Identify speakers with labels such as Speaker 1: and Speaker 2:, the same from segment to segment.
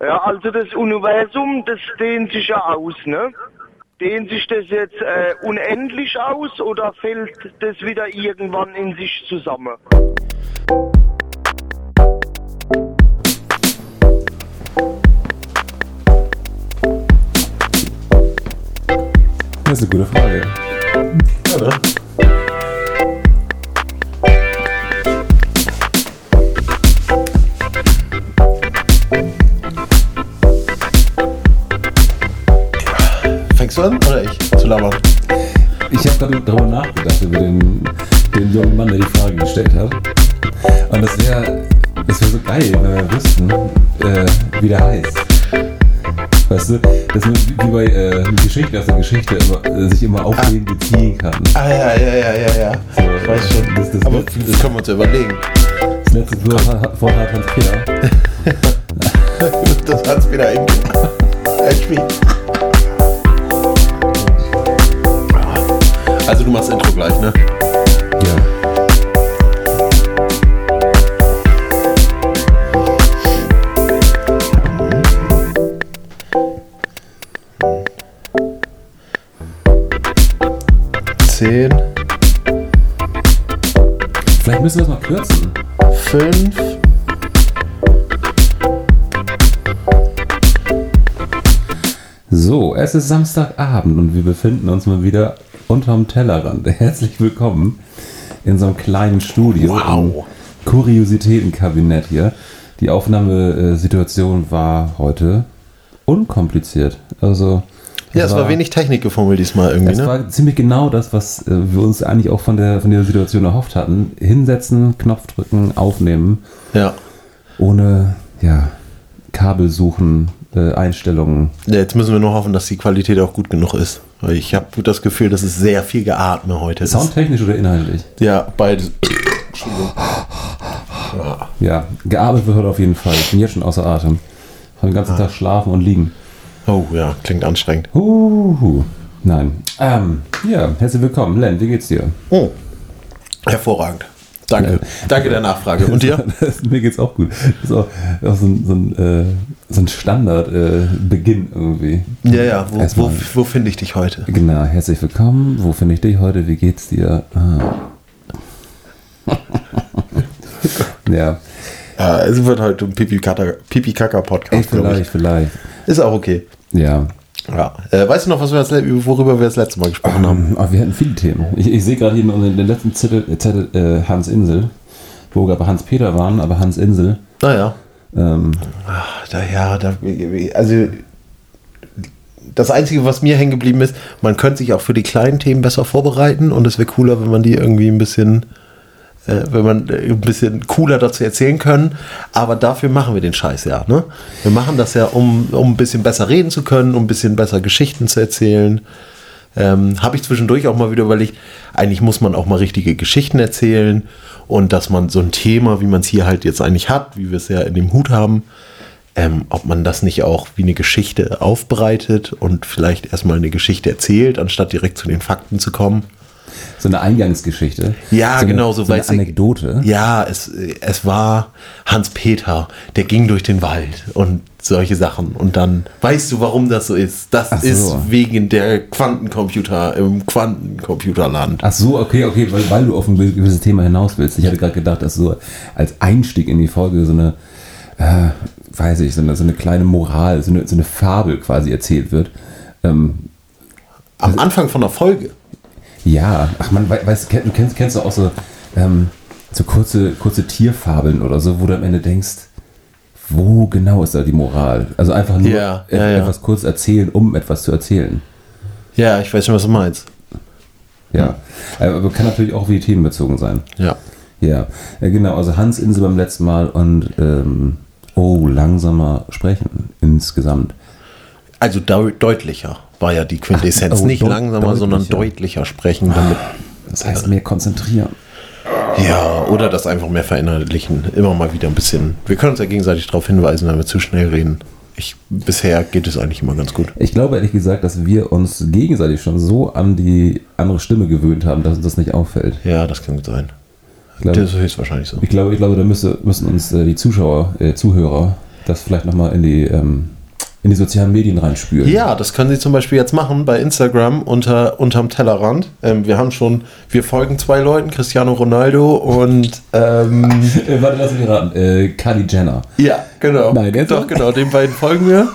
Speaker 1: Ja, also das Universum, das dehnt sich ja aus, ne? Dehnt sich das jetzt äh, unendlich aus oder fällt das wieder irgendwann in sich zusammen?
Speaker 2: Das ist eine gute Frage.
Speaker 3: Oder? Fängst du an oder ich zu labern?
Speaker 2: Ich habe darüber nachgedacht, über den, den jungen Mann, der die Frage gestellt hat. Und das wäre das wär so geil, wenn wir wüssten, äh, wie der heißt. Weißt du, dass man wie bei äh, Geschichten aus der Geschichte immer, äh, sich immer auf den beziehen kann.
Speaker 3: Ah ja, ja, ja, ja, ja.
Speaker 2: So,
Speaker 3: ich weiß schon.
Speaker 2: Das, das,
Speaker 3: Aber
Speaker 2: Aber
Speaker 3: das können wir uns ja überlegen.
Speaker 2: das letzte Wort hat- Wort hat Hans Peter.
Speaker 3: Das hat's wieder eben. HP. Also du machst Intro gleich, ne?
Speaker 2: Ja.
Speaker 3: Zehn,
Speaker 2: Vielleicht müssen wir es mal kürzen.
Speaker 3: fünf.
Speaker 2: So, es ist Samstagabend und wir befinden uns mal wieder unterm Tellerrand. Herzlich willkommen in so einem kleinen Studio.
Speaker 3: Wow.
Speaker 2: im Kuriositätenkabinett hier. Die Aufnahmesituation war heute unkompliziert. Also.
Speaker 3: Ja, es war wenig Technikgefummel diesmal irgendwie,
Speaker 2: Es
Speaker 3: ne?
Speaker 2: war ziemlich genau das, was äh, wir uns eigentlich auch von der, von der Situation erhofft hatten. Hinsetzen, Knopf drücken, aufnehmen,
Speaker 3: Ja.
Speaker 2: ohne ja, Kabel suchen, äh, Einstellungen.
Speaker 3: ja. Jetzt müssen wir nur hoffen, dass die Qualität auch gut genug ist. Weil ich habe das Gefühl, dass es sehr viel Geatme heute ist.
Speaker 2: Soundtechnisch oder inhaltlich?
Speaker 3: Ja, beides.
Speaker 2: Ja, gearbeitet wird heute auf jeden Fall. Ich bin jetzt schon außer Atem. Hab den
Speaker 3: Ah.
Speaker 2: ganzen Tag schlafen und liegen.
Speaker 3: Oh ja, klingt anstrengend.
Speaker 2: Huhu. Nein. Ähm, ja, herzlich willkommen. Len, wie geht's dir?
Speaker 3: Oh. Hervorragend. Danke. Danke der Nachfrage. Und dir?
Speaker 2: Mir geht's auch gut. Das ist auch, auch so ein, so ein, äh, so ein Standard-Beginn irgendwie.
Speaker 3: Ja, ja. Wo, wo,
Speaker 2: Erstmal.
Speaker 3: wo finde ich dich heute?
Speaker 2: Genau, herzlich willkommen. Wo finde ich dich heute? Wie geht's dir? Ah. ja,
Speaker 3: Ja, es wird heute ein Pipi-Kaka-Podcast, glaube ich.
Speaker 2: vielleicht, vielleicht.
Speaker 3: Ist auch okay.
Speaker 2: Ja.
Speaker 3: Ja. Äh, weißt du noch, was wir das, le- worüber wir das letzte Mal gesprochen haben?
Speaker 2: Ähm, Aber wir hatten viele Themen. Ich, ich sehe gerade hier in unseren- den letzten Zettel, äh, Zettel äh, Hans Insel, wo wir bei Hans Peter waren, aber Hans Insel.
Speaker 3: Naja.
Speaker 2: Ähm,
Speaker 3: Ah, Da, ja, da, also das Einzige, was mir hängen geblieben ist, man könnte sich auch für die kleinen Themen besser vorbereiten und es wäre cooler, wenn man die irgendwie ein bisschen, äh, wenn man äh, ein bisschen cooler dazu erzählen können. Aber dafür machen wir den Scheiß ja. Ne? Wir machen das ja, um, um ein bisschen besser reden zu können, um ein bisschen besser Geschichten zu erzählen. Ähm, Habe ich zwischendurch auch mal wieder überlegt, eigentlich muss man auch mal richtige Geschichten erzählen und dass man so ein Thema, wie man es hier halt jetzt eigentlich hat, wie wir es ja in dem Hut haben, ähm, ob man das nicht auch wie eine Geschichte aufbereitet und vielleicht erstmal eine Geschichte erzählt, anstatt direkt zu den Fakten zu kommen.
Speaker 2: so eine Eingangsgeschichte.
Speaker 3: Ja,
Speaker 2: so eine,
Speaker 3: genau, so
Speaker 2: so eine
Speaker 3: weiß ich-
Speaker 2: Anekdote.
Speaker 3: Ja, es, äh, es war Hans-Peter, der ging durch den Wald und solche Sachen. Und dann weißt du, warum das so ist. Das
Speaker 2: Ach so.
Speaker 3: ist wegen der Quantencomputer im Quantencomputerland.
Speaker 2: Ach so, okay, okay, weil, weil du auf ein gewisses Thema hinaus willst. Ich hatte gerade gedacht, dass so als Einstieg in die Folge so eine, äh, weiß ich, so eine, so eine kleine Moral, so eine, so eine Fabel quasi erzählt wird. Ähm,
Speaker 3: Am Anfang von der Folge.
Speaker 2: ja, ach man, we- weißt du, kenn- kennst, kennst du auch so, ähm, so kurze, kurze Tierfabeln oder so, wo du am Ende denkst, wo genau ist da die Moral? Also einfach nur
Speaker 3: Ja,
Speaker 2: et-
Speaker 3: ja, ja.
Speaker 2: etwas kurz erzählen, um etwas zu erzählen.
Speaker 3: Ja, ich weiß schon, was du meinst.
Speaker 2: Ja,
Speaker 3: Hm.
Speaker 2: Äh, aber kann natürlich auch wie themenbezogen sein.
Speaker 3: Ja.
Speaker 2: Ja, äh, genau. Also Hans Insel beim letzten Mal und ähm, oh, langsamer sprechen insgesamt.
Speaker 3: Also deu- deutlicher war ja die Quintessenz.
Speaker 2: Ach, oh,
Speaker 3: Nicht
Speaker 2: deut-
Speaker 3: langsamer, sondern
Speaker 2: deutlicher.
Speaker 3: deutlicher sprechen, damit
Speaker 2: Das heißt mehr konzentrieren.
Speaker 3: Ja, oder das einfach mehr verinnerlichen. Immer mal wieder ein bisschen. Wir können uns ja gegenseitig darauf hinweisen, wenn wir zu schnell reden. Ich, bisher geht es eigentlich immer ganz gut.
Speaker 2: Ich glaube ehrlich gesagt, dass wir uns gegenseitig schon so an die andere Stimme gewöhnt haben, dass uns das nicht auffällt.
Speaker 3: Ja, das kann gut sein.
Speaker 2: Ich glaube,
Speaker 3: Das ist höchstwahrscheinlich so.
Speaker 2: ich glaube, ich glaube da müsste, müssen uns äh, die Zuschauer, äh, Zuhörer das vielleicht nochmal in die, ähm, in die sozialen Medien reinspülen.
Speaker 3: Ja, das können Sie zum Beispiel jetzt machen bei Instagram unter unterm Tellerrand. Ähm, wir haben schon, wir folgen zwei Leuten, Cristiano Ronaldo und ähm,
Speaker 2: Äh, warte, lass mich raten. Äh, Kylie Jenner.
Speaker 3: ja, genau.
Speaker 2: Nein, jetzt
Speaker 3: Doch,
Speaker 2: noch?
Speaker 3: genau, den beiden folgen wir.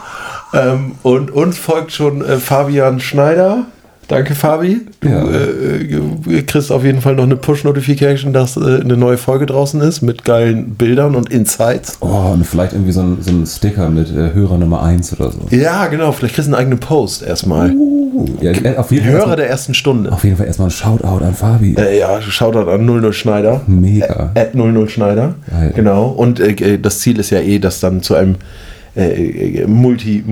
Speaker 3: Ähm, und uns folgt schon äh, Fabian Schneider. Danke, Fabi. Du
Speaker 2: Ja.
Speaker 3: äh, äh, kriegst auf jeden Fall noch eine Push-Notification, dass äh, eine neue Folge draußen ist mit geilen Bildern und Insights.
Speaker 2: Oh, und vielleicht irgendwie so ein, so ein Sticker mit äh, Hörer Nummer 1 oder so.
Speaker 3: Ja, genau. Vielleicht kriegst du einen eigenen Post erstmal.
Speaker 2: Uh, Oh. ja, äh, auf, jeden Fall
Speaker 3: Hörer
Speaker 2: erstmal,
Speaker 3: der ersten Stunde.
Speaker 2: auf jeden Fall erstmal ein Shoutout an Fabi.
Speaker 3: Äh, ja, Shoutout an 00 Schneider.
Speaker 2: Mega.
Speaker 3: At 00 Schneider.
Speaker 2: Geil.
Speaker 3: Genau. Und äh, äh, das Ziel ist ja eh, das dann zu einem äh, äh, Multi,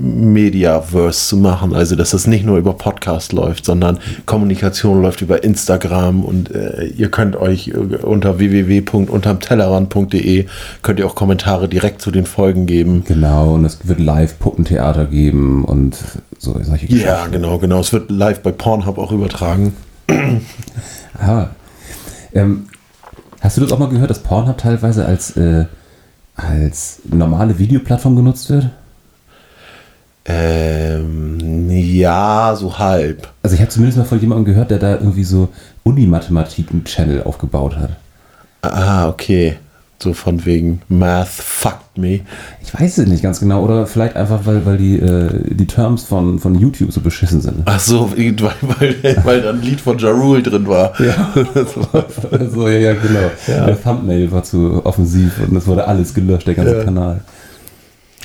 Speaker 3: Multimedia-Verse zu machen. Also, dass das nicht nur über Podcast läuft, sondern Kommunikation läuft über Instagram und äh, ihr könnt euch äh, unter www.untermtellerrand.de könnt ihr auch Kommentare direkt zu den Folgen geben.
Speaker 2: Genau, und es wird live Puppentheater geben und so solche
Speaker 3: Ja, genau, genau. Es wird live bei Pornhub auch übertragen.
Speaker 2: Ah. Ähm, hast du das auch mal gehört, dass Pornhub teilweise als, äh, als normale Videoplattform genutzt wird?
Speaker 3: Ähm, ja, so halb.
Speaker 2: Also ich habe zumindest mal von jemandem gehört, der da irgendwie so Uni-Mathematiken-Channel aufgebaut hat.
Speaker 3: Ah, okay. So von wegen Math fucked me.
Speaker 2: Ich weiß es nicht ganz genau. Oder vielleicht einfach, weil, weil die, äh, die Terms von, von YouTube so beschissen sind.
Speaker 3: Ach so, wegen- weil, weil, weil da ein Lied von Ja Rule drin war.
Speaker 2: Ja.
Speaker 3: Das war-
Speaker 2: so, ja, ja, genau. Der Thumbnail war zu offensiv und es wurde alles gelöscht, der ganze
Speaker 3: Ja.
Speaker 2: Kanal.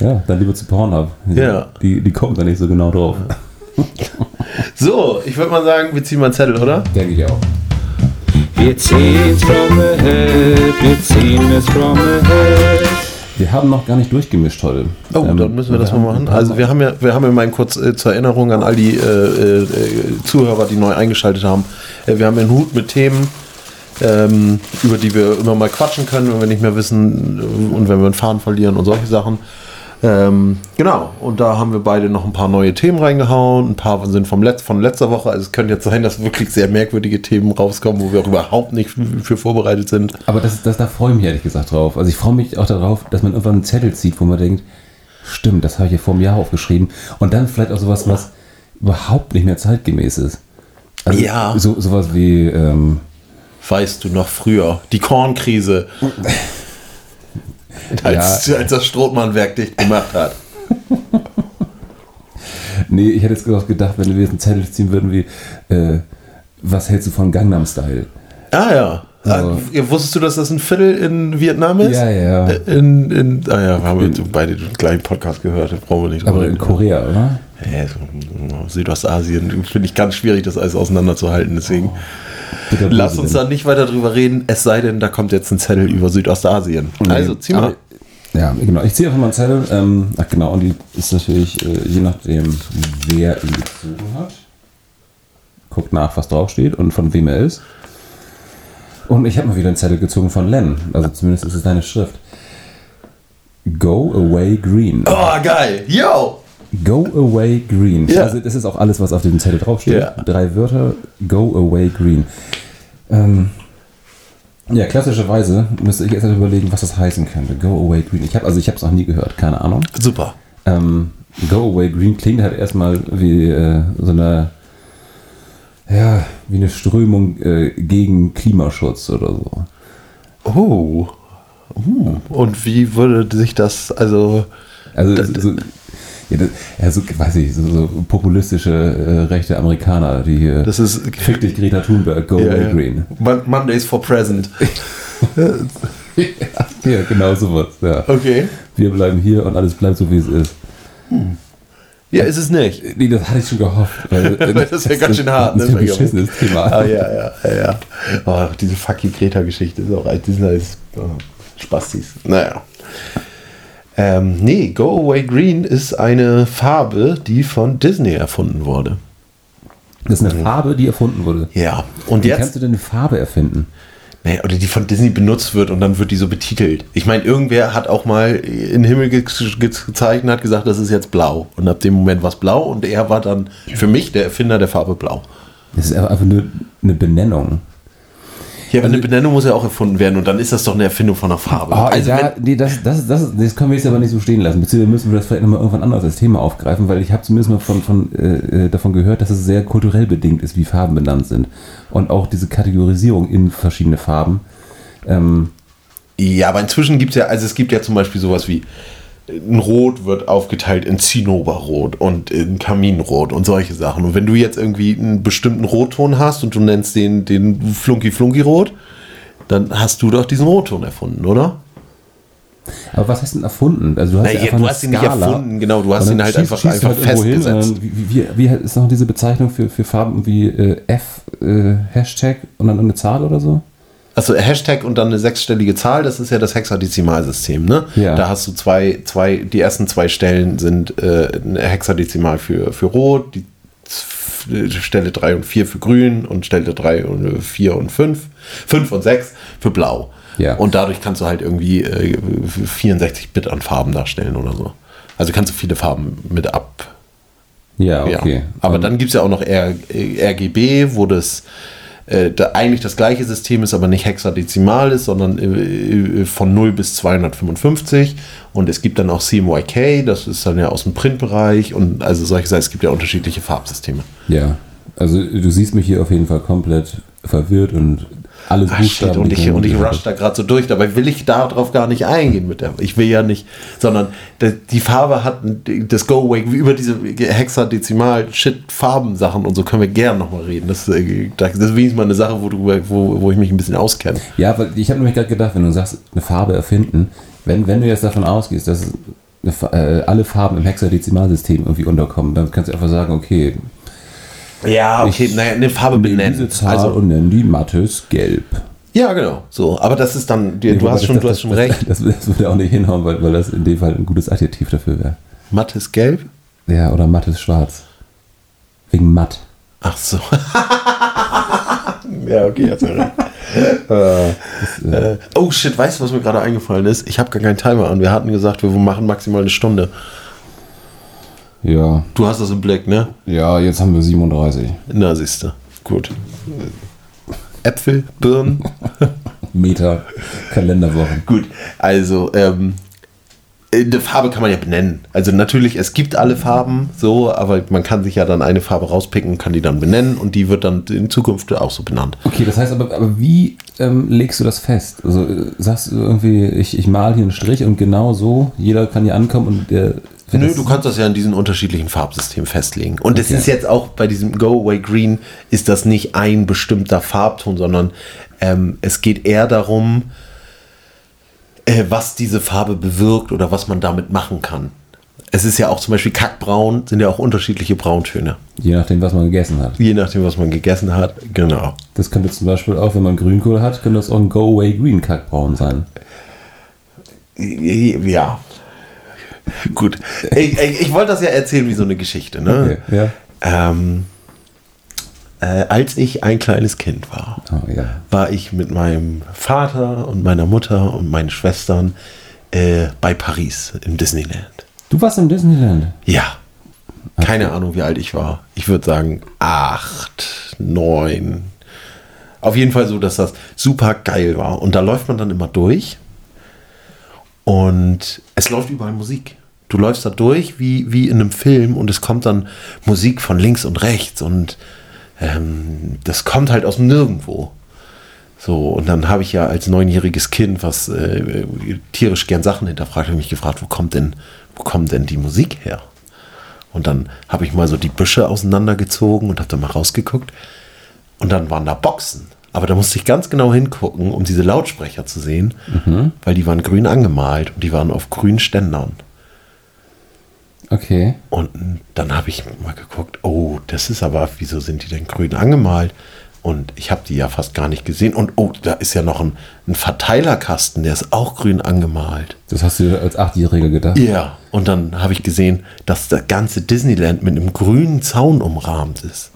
Speaker 2: Ja, dann lieber zu Pornhub.
Speaker 3: Ja.
Speaker 2: Die, die kommen da nicht so genau drauf.
Speaker 3: so, ich würde mal sagen, wir ziehen mal einen Zettel, oder?
Speaker 2: Denke ich auch.
Speaker 4: Wir ziehen's from the head, wir ziehen es from the head.
Speaker 2: Wir haben noch gar nicht durchgemischt heute.
Speaker 3: Oh,
Speaker 2: Ähm,
Speaker 3: dann müssen wir das mal
Speaker 2: haben-
Speaker 3: machen. Also wir haben ja, wir haben ja mal kurz äh, zur Erinnerung an all die äh, äh, äh, Zuhörer, die neu eingeschaltet haben. Äh, wir haben einen Hut mit Themen, ähm, über die wir immer mal quatschen können, wenn wir nicht mehr wissen äh, und wenn wir einen Faden verlieren und solche Sachen. Ähm, genau, und da haben wir beide noch ein paar neue Themen reingehauen. Ein paar sind vom Letz von letzter Woche. Also es könnte jetzt sein, dass wirklich sehr merkwürdige Themen rauskommen, wo wir auch überhaupt nicht für vorbereitet sind.
Speaker 2: Aber das, das, da freue ich mich ehrlich gesagt drauf. Also ich freue mich auch darauf, dass man irgendwann einen Zettel zieht, wo man denkt, stimmt, das habe ich ja vor einem Jahr aufgeschrieben. Und dann vielleicht auch sowas, was überhaupt nicht mehr zeitgemäß ist. Also
Speaker 3: Ja.
Speaker 2: So, sowas wie, ähm,
Speaker 3: Weißt du noch früher? Die Kornkrise. als, als das Strohmannwerk dicht gemacht hat.
Speaker 2: nee, ich hätte jetzt gerade gedacht, wenn wir jetzt einen Zettel ziehen würden wie, äh, was hältst du von Gangnam Style?
Speaker 3: Ah ja. Ah,
Speaker 2: So.
Speaker 3: ihr- wusstest du, dass das ein Viertel in Vietnam ist?
Speaker 2: Ja, ja.
Speaker 3: Äh, In, in, ah ja, haben wir jetzt beide den gleichen Podcast gehört, da brauchen wir nicht
Speaker 2: Aber in Korea, oder?
Speaker 3: Hä, so, oh, Südostasien finde ich ganz schwierig, das alles auseinanderzuhalten. Deswegen
Speaker 2: Oh, Bitte
Speaker 3: lass
Speaker 2: Blödsinn.
Speaker 3: uns da nicht weiter drüber reden, es sei denn, da kommt jetzt ein Zettel über Südostasien. Also zieh mal.
Speaker 2: Aber- Ja, genau. Ich ziehe einfach mal einen Zettel. Ähm, ach genau, und die ist natürlich, äh, je nachdem, wer ihn gezogen hat, guckt nach, was draufsteht und von wem er ist. Und ich habe mal wieder einen Zettel gezogen von Len. Also zumindest ist es deine Schrift. Go Away Green.
Speaker 3: Oh, geil. Yo!
Speaker 2: Go Away Green.
Speaker 3: Ja.
Speaker 2: Also das ist auch alles, was auf diesem Zettel draufsteht.
Speaker 3: Ja.
Speaker 2: Drei Wörter. Go Away Green. Ähm, ja, klassischerweise müsste ich jetzt halt überlegen, was das heißen könnte. Go Away Green. Ich habe also ich habe es noch nie gehört. Keine Ahnung.
Speaker 3: Super.
Speaker 2: Ähm, Go Away Green klingt halt erstmal wie äh, so eine ja wie eine Strömung äh, gegen Klimaschutz oder so.
Speaker 3: Oh. Uh. Und wie würde sich das, also,
Speaker 2: Also so, ja, das, ja, so weiß ich so, so populistische äh, rechte Amerikaner, die hier
Speaker 3: das ist.
Speaker 2: Fick dich, Greta Thunberg, go
Speaker 3: Ja,
Speaker 2: away
Speaker 3: ja.
Speaker 2: green.
Speaker 3: Mon- Mondays for present.
Speaker 2: Ja, genau sowas. Ja.
Speaker 3: Okay.
Speaker 2: Wir bleiben hier und alles bleibt so, wie es ist.
Speaker 3: Ja, ist es nicht.
Speaker 2: Nee, das hatte ich schon gehofft. Weil,
Speaker 3: Das ist ja ganz schön hart,
Speaker 2: Das ist ein
Speaker 3: ne?
Speaker 2: beschissenes Thema.
Speaker 3: Ah, ja, ja, ja, ja. Oh, diese fucking Greta-Geschichte ist auch alt. Die sind alles oh, Spastis. Naja. Ähm, nee, Go Away Green ist eine Farbe, die von Disney erfunden wurde.
Speaker 2: Das ist eine Farbe, die erfunden wurde.
Speaker 3: Ja. Und
Speaker 2: Wie kannst
Speaker 3: jetzt.
Speaker 2: du denn eine Farbe erfinden?
Speaker 3: Nee, oder die von Disney benutzt wird und dann wird die so betitelt. Ich meine, irgendwer hat auch mal in den Himmel ge ge gezeichnet, hat gesagt, das ist jetzt blau. Und ab dem Moment war es blau und er war dann für mich der Erfinder der Farbe blau.
Speaker 2: Das ist einfach nur eine Benennung.
Speaker 3: Ja, aber eine Benennung muss ja auch erfunden werden und dann ist das doch eine Erfindung von einer Farbe.
Speaker 2: Oh,
Speaker 3: also,
Speaker 2: da, nee, das, das, das, das können wir jetzt aber nicht so stehen lassen. Beziehungsweise müssen wir das vielleicht nochmal irgendwann anders als Thema aufgreifen, weil ich habe zumindest mal von, von, äh, äh, davon gehört, dass es sehr kulturell bedingt ist, wie Farben benannt sind. Und auch diese Kategorisierung in verschiedene Farben. Ähm,
Speaker 3: wenn, ja, aber inzwischen gibt es ja, also es gibt ja zum Beispiel sowas wie ein Rot wird aufgeteilt in Zinnoberrot und in Kaminrot und solche Sachen. Und wenn du jetzt irgendwie einen bestimmten Rotton hast und du nennst den, den Flunky-Flunky-Rot, dann hast du doch diesen Rotton erfunden, oder?
Speaker 2: aber was hast du denn erfunden? Also du hast
Speaker 3: Na,
Speaker 2: ja
Speaker 3: ja,
Speaker 2: einfach
Speaker 3: du
Speaker 2: eine
Speaker 3: hast ihn nicht
Speaker 2: Skala.
Speaker 3: erfunden, genau, du hast
Speaker 2: Und dann
Speaker 3: ihn halt einfach-
Speaker 2: schießt du
Speaker 3: einfach
Speaker 2: irgendwo hin äh, und dann-
Speaker 3: festgesetzt.
Speaker 2: Wie, wie, wie ist noch diese Bezeichnung für, für Farben wie äh, F, äh, Hashtag und dann eine Zahl oder so?
Speaker 3: Also Hashtag und dann eine sechsstellige Zahl, das ist ja das Hexadezimalsystem, ne?
Speaker 2: Ja.
Speaker 3: Da hast du zwei, zwei, die ersten zwei Stellen sind äh, ein Hexadezimal für, für Rot, die Z- Stelle 3 und 4 für Grün und Stelle 3 und 4 und 5, 5 und 6 für Blau.
Speaker 2: Ja.
Speaker 3: Und dadurch kannst du halt irgendwie äh, 64 Bit an Farben darstellen oder so. Also kannst du viele Farben mit ab,
Speaker 2: Ja,
Speaker 3: ja.
Speaker 2: okay. Ähm.
Speaker 3: Aber
Speaker 2: Und-
Speaker 3: dann gibt es ja auch noch R, RGB, wo das äh, da eigentlich das gleiche System ist, aber nicht hexadezimal ist, sondern äh, äh, von 0 bis 255. Und es gibt dann auch CMYK, das ist dann ja aus dem Printbereich und also solche Sachen. Es gibt ja unterschiedliche Farbsysteme.
Speaker 2: Ja, also du siehst mich hier auf jeden Fall komplett verwirrt und alles
Speaker 3: Ah, shit, und
Speaker 2: die
Speaker 3: ich,
Speaker 2: können-
Speaker 3: und ich rush da gerade so durch. Dabei will ich darauf gar nicht eingehen mit der. Ich will ja nicht, sondern d- die Farbe hat ein- das Go Away über diese hexadezimal shit Farbensachen und so können wir gern nochmal reden. Das, ist, äh, das ist wenigstens mal eine Sache, wo, drüber, wo, wo ich mich ein bisschen auskenne.
Speaker 2: Ja, weil ich habe nämlich gerade gedacht, wenn du sagst, eine Farbe erfinden, wenn, wenn du jetzt davon ausgehst, dass eine, Fa- äh, alle Farben im Hexadezimalsystem irgendwie unterkommen, dann kannst du einfach sagen, okay,
Speaker 3: Ja, okay,
Speaker 2: Ich-
Speaker 3: naja, eine Farbe
Speaker 2: nehmen
Speaker 3: benennen. Also,
Speaker 2: diese Zahl und nennen die Mattes gelb.
Speaker 3: ja, genau. So, aber das ist dann, du, du hast schon, du hast schon recht.
Speaker 2: Das, das, das würde auch nicht hinhauen, weil, weil das in dem Fall ein gutes Adjektiv dafür wäre.
Speaker 3: Mattes Gelb?
Speaker 2: Ja, oder Mattes schwarz. Wegen matt.
Speaker 3: Ach so. ja, okay, hast du recht. äh, oh shit, weißt du, was mir gerade eingefallen ist? Ich habe gar keinen Timer an. Wir hatten gesagt, wir machen maximal eine Stunde.
Speaker 2: Ja.
Speaker 3: Du hast das im Blick, ne?
Speaker 2: Ja, jetzt haben wir 37.
Speaker 3: Na, siehst du. Gut. Äh, Äpfel, Birnen.
Speaker 2: Meter Kalenderwochen.
Speaker 3: Gut, also ähm, äh, eine Farbe kann man ja benennen. Also natürlich, es gibt alle Farben so, aber man kann sich ja dann eine Farbe rauspicken und kann die dann benennen und die wird dann in Zukunft auch so benannt.
Speaker 2: Okay, das heißt aber, aber wie ähm, legst du das fest? Also äh, sagst du irgendwie, ich, ich mal hier einen Strich und genau so, jeder kann hier ankommen und der. wenn
Speaker 3: Nö,
Speaker 2: das-
Speaker 3: du kannst das ja in diesen unterschiedlichen Farbsystemen festlegen. Und es
Speaker 2: Okay.
Speaker 3: ist jetzt auch bei diesem Go Away Green ist das nicht ein bestimmter Farbton, sondern ähm, es geht eher darum, äh, was diese Farbe bewirkt oder was man damit machen kann. Es ist ja auch zum Beispiel Kackbraun, sind ja auch unterschiedliche Brauntöne.
Speaker 2: Je nachdem, was man gegessen hat.
Speaker 3: Je nachdem, was man gegessen hat. Genau.
Speaker 2: Das könnte zum Beispiel auch, wenn man Grünkohl hat, könnte das auch ein Go-Away-Green-Kackbraun sein.
Speaker 3: Ja. Gut. Ich, ich, ich wollte das ja erzählen wie so eine Geschichte. Ne?
Speaker 2: Ah, ja.
Speaker 3: Ähm, äh, als ich ein kleines Kind war,
Speaker 2: Oh, ja.
Speaker 3: war ich mit meinem Vater und meiner Mutter und meinen Schwestern äh, bei Paris im Disneyland.
Speaker 2: Du warst im Disneyland.
Speaker 3: Ja. Keine Ahnung, wie alt ich war. Ich würde sagen acht, neun. Auf jeden Fall so, dass das super geil war. Und da läuft man dann immer durch. Und es läuft überall Musik. Du läufst da durch wie, wie in einem Film und es kommt dann Musik von links und rechts und ähm, das kommt halt aus dem Nirgendwo. So, und dann habe ich ja als neunjähriges Kind, was äh, tierisch gern Sachen hinterfragt, habe mich gefragt, wo kommt denn, wo kommt denn die Musik her? Und dann habe ich mal so die Büsche auseinandergezogen und habe da mal rausgeguckt. Und dann waren da Boxen. Aber da musste ich ganz genau hingucken, um diese Lautsprecher zu sehen, weil die waren grün angemalt und die waren auf grünen Ständern.
Speaker 2: Okay.
Speaker 3: Und dann habe ich mal geguckt, oh, das ist aber, wieso sind die denn grün angemalt? Und ich habe die ja fast gar nicht gesehen. Und oh, da ist ja noch ein, ein Verteilerkasten, der ist auch grün angemalt.
Speaker 2: Das hast du dir als Achtjähriger gedacht.
Speaker 3: Ja, und dann habe ich gesehen, dass das ganze Disneyland mit einem grünen Zaun umrahmt ist.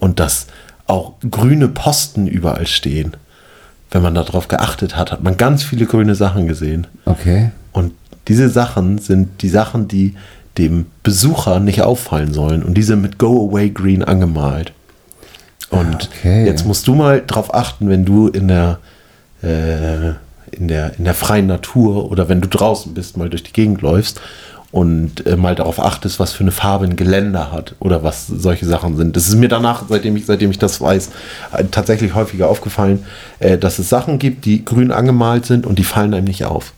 Speaker 3: Und dass auch grüne Posten überall stehen. Wenn man darauf geachtet hat, hat man ganz viele grüne Sachen gesehen.
Speaker 2: Okay.
Speaker 3: Und diese Sachen sind die Sachen, die dem Besucher nicht auffallen sollen. Und diese mit Go Away Green angemalt. Und
Speaker 2: Okay.
Speaker 3: jetzt musst du mal drauf achten, wenn du in der, äh, in, der, in der freien Natur oder wenn du draußen bist, mal durch die Gegend läufst und äh, mal darauf achtest, was für eine Farbe ein Geländer hat oder was solche Sachen sind. Das ist mir danach, seitdem ich, seitdem ich das weiß, äh, tatsächlich häufiger aufgefallen, äh, dass es Sachen gibt, die grün angemalt sind und die fallen einem nicht auf.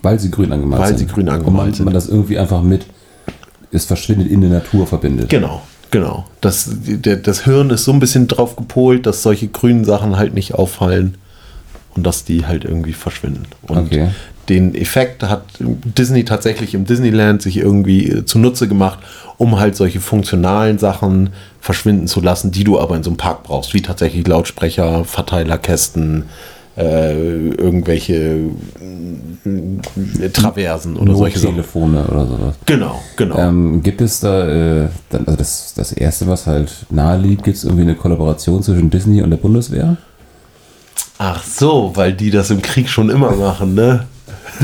Speaker 2: Weil sie grün angemalt
Speaker 3: Weil
Speaker 2: sind.
Speaker 3: sie grün angemalt
Speaker 2: Und man,
Speaker 3: sind.
Speaker 2: man das irgendwie einfach mit, es verschwindet in der Natur verbindet.
Speaker 3: Genau, genau. Das, der, das Hirn ist so ein bisschen drauf gepolt, dass solche grünen Sachen halt nicht auffallen und dass die halt irgendwie verschwinden. Und
Speaker 2: Okay.
Speaker 3: den Effekt hat Disney tatsächlich im Disneyland sich irgendwie äh, zunutze gemacht, um halt solche funktionalen Sachen verschwinden zu lassen, die du aber in so einem Park brauchst, wie tatsächlich Lautsprecher, Verteilerkästen, äh, irgendwelche äh, Traversen oder solche Sachen.
Speaker 2: Telefone oder sowas.
Speaker 3: Genau, genau.
Speaker 2: Ähm, gibt es da, äh, dann, also das, das erste, was halt nahe liegt, gibt es irgendwie eine Kollaboration zwischen Disney und der Bundeswehr?
Speaker 3: Ach so, weil die das im Krieg schon immer machen, ne?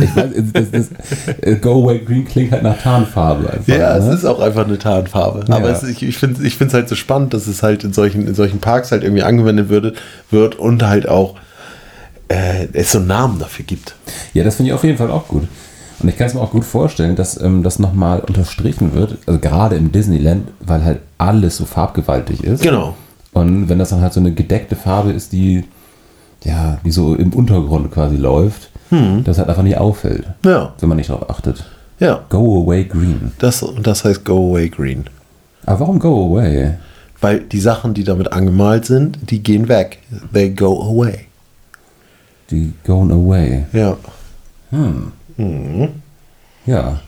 Speaker 2: Ich weiß, das, das, äh, Go Away Green klingt halt nach Tarnfarbe einfach.
Speaker 3: Ja,
Speaker 2: ne?
Speaker 3: es ist auch einfach eine Tarnfarbe. Aber
Speaker 2: Ja.
Speaker 3: es, ich, ich finde es ich find's halt so spannend, dass es halt in solchen, in solchen Parks halt irgendwie angewendet würde, wird und halt auch äh, es so einen Namen dafür gibt.
Speaker 2: Ja, das finde ich auf jeden Fall auch gut. Und ich kann es mir auch gut vorstellen, dass ähm, das nochmal unterstrichen wird, also gerade im Disneyland, weil halt alles so farbgewaltig ist.
Speaker 3: Genau.
Speaker 2: Und wenn das dann halt so eine gedeckte Farbe ist, die, ja, die so im Untergrund quasi läuft,
Speaker 3: Hm.
Speaker 2: das halt einfach nicht auffällt,
Speaker 3: Ja,
Speaker 2: wenn man nicht drauf achtet.
Speaker 3: ja.
Speaker 2: Go away green.
Speaker 3: Das, und das heißt Go Away Green.
Speaker 2: Aber warum go away?
Speaker 3: Weil die Sachen, die damit angemalt sind, die gehen weg. They go away.
Speaker 2: Die going away.
Speaker 3: Ja.
Speaker 2: Ja.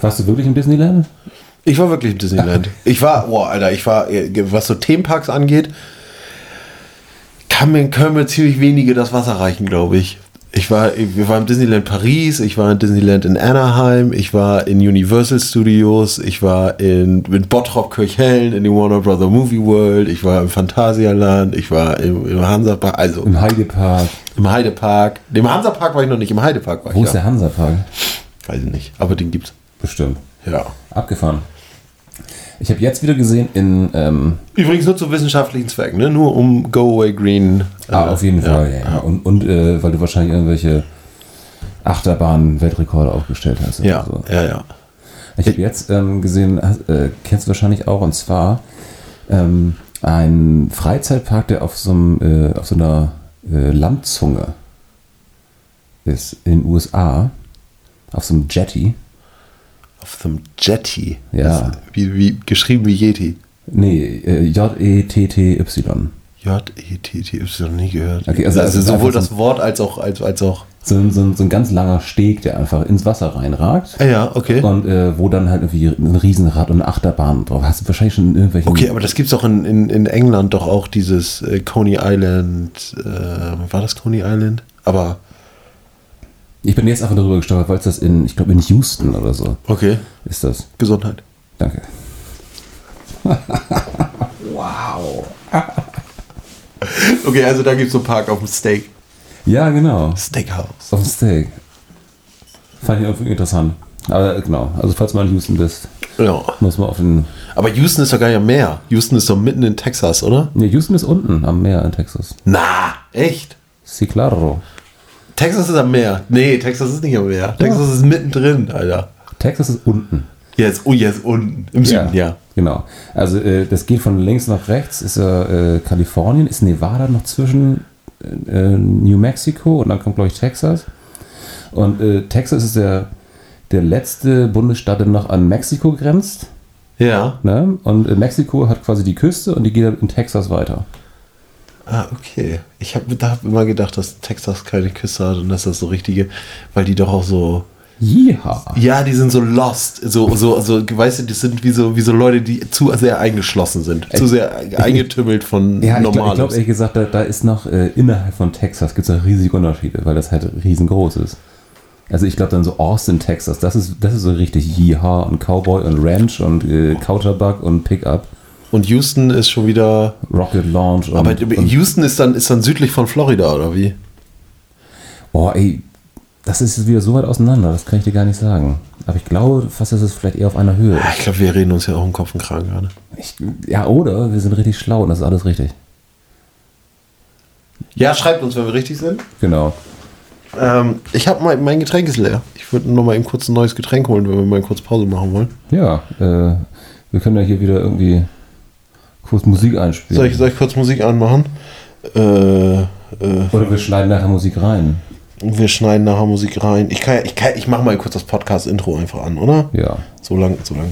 Speaker 2: Warst du wirklich im Disneyland?
Speaker 3: Ich war wirklich im Disneyland. Ich war, boah, Alter, ich war, äh, was so Themenparks angeht, kann mir, können mir ziemlich wenige das Wasser reichen, glaube ich. Ich war, ich war im Disneyland Paris, ich war in Disneyland in Anaheim, ich war in Universal Studios, ich war in, in Bottrop Kirchhellen, in dem Warner Brother Movie World, ich war im Phantasialand, ich war im, im Hansapark, also
Speaker 2: Im Heidepark.
Speaker 3: im Heidepark. Im Hansapark war ich noch nicht, im Heidepark war
Speaker 2: Wo
Speaker 3: ich.
Speaker 2: ist
Speaker 3: ja.
Speaker 2: der Hansapark?
Speaker 3: Weiß ich nicht, aber den gibt's.
Speaker 2: Bestimmt.
Speaker 3: Ja.
Speaker 2: Abgefahren. Ich habe jetzt wieder gesehen in. Ähm,
Speaker 3: Übrigens nur zu wissenschaftlichen Zwecken, ne? nur um Go Away Green.
Speaker 2: ah, auf jeden
Speaker 3: ja.
Speaker 2: Fall. Ja. ja. Und, und äh, weil du wahrscheinlich irgendwelche Achterbahn-Weltrekorde aufgestellt hast. oder
Speaker 3: Ja,
Speaker 2: so.
Speaker 3: ja, ja.
Speaker 2: Ich habe jetzt ähm, gesehen, hast- äh, kennst du wahrscheinlich auch, und zwar ähm, einen Freizeitpark, der auf so, einem, äh, auf so einer äh, Landzunge ist in den USA, auf so einem Jetty.
Speaker 3: Auf dem Jetty.
Speaker 2: Ja.
Speaker 3: Das- Wie, wie, geschrieben wie Yeti.
Speaker 2: Nee, äh, J-E-T-T-Y.
Speaker 3: J-E-T-T, ich E noch nie gehört.
Speaker 2: Okay, also das ist
Speaker 3: sowohl
Speaker 2: einfach
Speaker 3: das Wort als auch, als, als auch.
Speaker 2: So, ein- so, ein- so ein ganz langer Steg, der einfach ins Wasser reinragt.
Speaker 3: Ah, ja, okay.
Speaker 2: Und äh, wo dann halt irgendwie ein Riesenrad und eine Achterbahn drauf. Hast du wahrscheinlich schon in irgendwelchen.
Speaker 3: Okay, aber das gibt's auch in, in, in England doch auch dieses äh, Coney Island. Äh, war das Coney Island? Aber
Speaker 2: ich bin jetzt einfach darüber gestolpert, weil es das in, ich glaube, in Houston oder so
Speaker 3: okay,
Speaker 2: ist das.
Speaker 3: Gesundheit.
Speaker 2: Danke.
Speaker 3: Okay, also da gibt's so einen Park auf dem Steak.
Speaker 2: Ja, genau.
Speaker 3: Steakhouse.
Speaker 2: Auf dem Steak. Fand ich irgendwie interessant. Aber äh, genau, also falls man in Houston bist,
Speaker 3: Ja.
Speaker 2: muss man auf den.
Speaker 3: Aber Houston ist doch gar nicht am Meer. Houston ist doch mitten in Texas, oder?
Speaker 2: Ne, Houston ist unten am Meer in Texas.
Speaker 3: Na, echt?
Speaker 2: Sí, claro.
Speaker 3: Texas ist am Meer. Nee, Texas ist nicht am Meer. Texas ist mittendrin, Alter.
Speaker 2: Texas ist unten.
Speaker 3: Jetzt, oh, jetzt unten. Im Süden, ja.
Speaker 2: Genau. Also äh, das geht von links nach rechts, ist ja äh, Kalifornien, ist Nevada noch zwischen äh, New Mexico und dann kommt, glaube ich, Texas. Und äh, Texas ist der, der letzte Bundesstaat, der noch an Mexiko grenzt.
Speaker 3: Ja.
Speaker 2: Ne? Und äh, Mexiko hat quasi die Küste und die geht dann in Texas weiter.
Speaker 3: Ah, okay. Ich habe hab immer gedacht, dass Texas keine Küste hat und dass das so richtige, weil die doch auch so.
Speaker 2: Jeha.
Speaker 3: Ja, die sind so lost. So, so, so, weißt du, die sind wie so, wie so Leute, die zu sehr eingeschlossen sind. Zu sehr eingetümmelt von
Speaker 2: Ja, ich glaube,
Speaker 3: Normalen.
Speaker 2: glaub, ehrlich gesagt, da, da ist noch äh, innerhalb von Texas gibt es da riesige Unterschiede, weil das halt riesengroß ist. Also ich glaube dann so Austin, Texas, das ist, das ist so richtig Yeehaw und Cowboy und Ranch und äh, Couterbuck und Pickup,
Speaker 3: und Houston ist schon wieder.
Speaker 2: Rocket Launch und,
Speaker 3: Aber
Speaker 2: und
Speaker 3: Houston ist dann, ist dann südlich von Florida, oder wie?
Speaker 2: oh, ey, Das ist jetzt wieder so weit auseinander, das kann ich dir gar nicht sagen. Aber ich glaube fast, dass es vielleicht eher auf einer Höhe
Speaker 3: Ja, Ah, Ich glaube, wir reden uns ja auch im Kopf und Kragen gerade.
Speaker 2: ist. Ich, ja, oder wir sind richtig schlau und das ist alles richtig.
Speaker 3: Ja, schreibt uns, wenn wir richtig sind.
Speaker 2: Genau.
Speaker 3: Ähm, ich habe mein, mein Getränk ist leer. Ich würde noch mal eben kurz ein neues Getränk holen, wenn wir mal kurz Pause machen wollen.
Speaker 2: Ja, äh, wir können ja hier wieder irgendwie kurz Musik einspielen.
Speaker 3: Soll ich, soll ich kurz Musik anmachen? Äh, äh,
Speaker 2: oder wir schneiden nachher Musik rein.
Speaker 3: wir schneiden nachher Musik rein. Ich kann, ja- ich kann, ich mache mal kurz das Podcast-Intro einfach an, oder?
Speaker 2: Ja.
Speaker 3: So lang, so lang.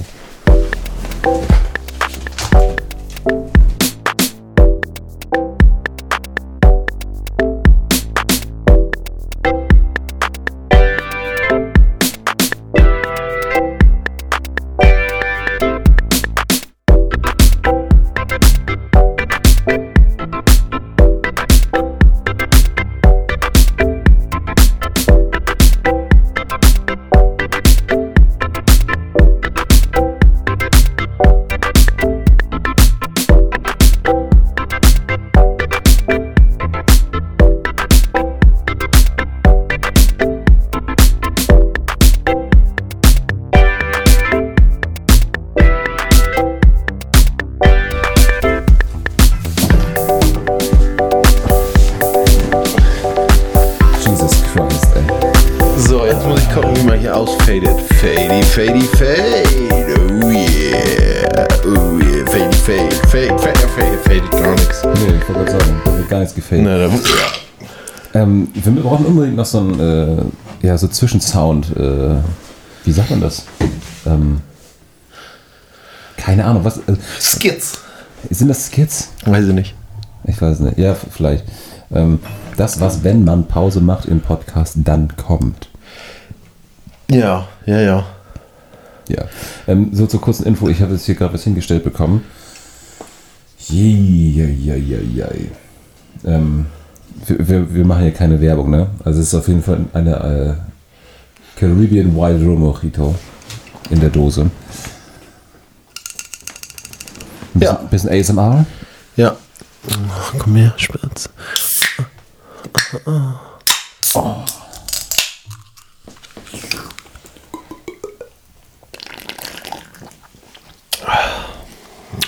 Speaker 2: Jesus Christ, ey.
Speaker 3: So, jetzt muss ich gucken, wie man hier ausfadet. Fadey, fadey, fade. Oh yeah. Oh yeah. Fade, fade, fade, fade, fade, fade, gar nichts.
Speaker 2: Nee, ich wollte gerade sagen, da wird gar nichts gefällt.
Speaker 3: Na, da,
Speaker 2: Ähm, wir brauchen unbedingt noch so einen, äh, ja, so Zwischensound. Äh, wie sagt man das? Ähm, keine Ahnung, was. Äh,
Speaker 3: Skits.
Speaker 2: sind das Skits?
Speaker 3: Weiß ich nicht.
Speaker 2: Ich weiß nicht. Ja, f- vielleicht. Ähm, das, was, wenn man Pause macht im Podcast, dann kommt.
Speaker 3: Ja, ja, ja.
Speaker 2: Ja. Ähm, so zur kurzen Info, ich habe jetzt hier gerade was hingestellt bekommen. Jeieieiei. Ähm, wir, wir, wir machen hier keine Werbung, ne? Also es ist auf jeden Fall eine äh, Caribbean Wild Rum Mojito in der Dose. Ein bisschen,
Speaker 3: Ja.
Speaker 2: bisschen ASMR.
Speaker 3: Ja. Ach, komm her, Spitz.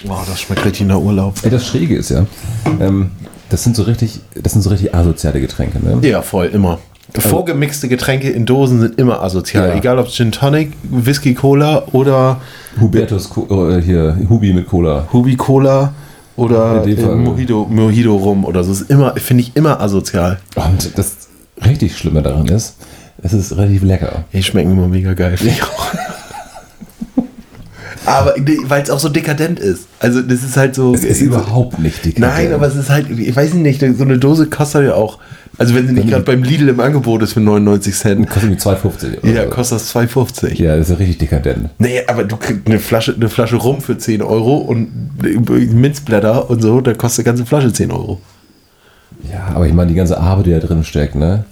Speaker 3: Wow, das schmeckt richtig nach Urlaub.
Speaker 2: Ey, das Schräge ist ja, ähm, das sind so richtig, das sind so richtig asoziale Getränke, ne?
Speaker 3: Ja, voll, immer. Vorgemixte Getränke in Dosen sind immer asozial.
Speaker 2: Ja.
Speaker 3: Egal ob Gin Tonic, Whisky Cola oder
Speaker 2: Hubertus Co äh, hier, Hubi mit Cola.
Speaker 3: Hubi Cola oder
Speaker 2: In dem
Speaker 3: äh,
Speaker 2: Fall-
Speaker 3: Mojito, Mojito rum oder so. Ist immer, finde ich immer asozial.
Speaker 2: Und das richtig Schlimme daran ist, es ist relativ lecker.
Speaker 3: Die schmecken immer mega geil. finde ich auch. aber nee, weil es auch so dekadent ist. Also das ist halt so.
Speaker 2: Es ist überhaupt nicht dick.
Speaker 3: Nein, aber es ist halt, ich weiß nicht, so eine Dose kostet ja auch. Also wenn sie nicht gerade beim Lidl im Angebot ist für 99 Cent,
Speaker 2: kostet irgendwie 2,50. oder
Speaker 3: ja,
Speaker 2: so.
Speaker 3: kostet das 2,50.
Speaker 2: Ja, das ist richtig dekadent.
Speaker 3: Nee, aber du kriegst eine Flasche, eine Flasche rum für 10 Euro und äh, Minzblätter und so, da kostet die ganze Flasche 10 Euro.
Speaker 2: Ja, aber ich meine, die ganze Arbeit, die da drin steckt, ne?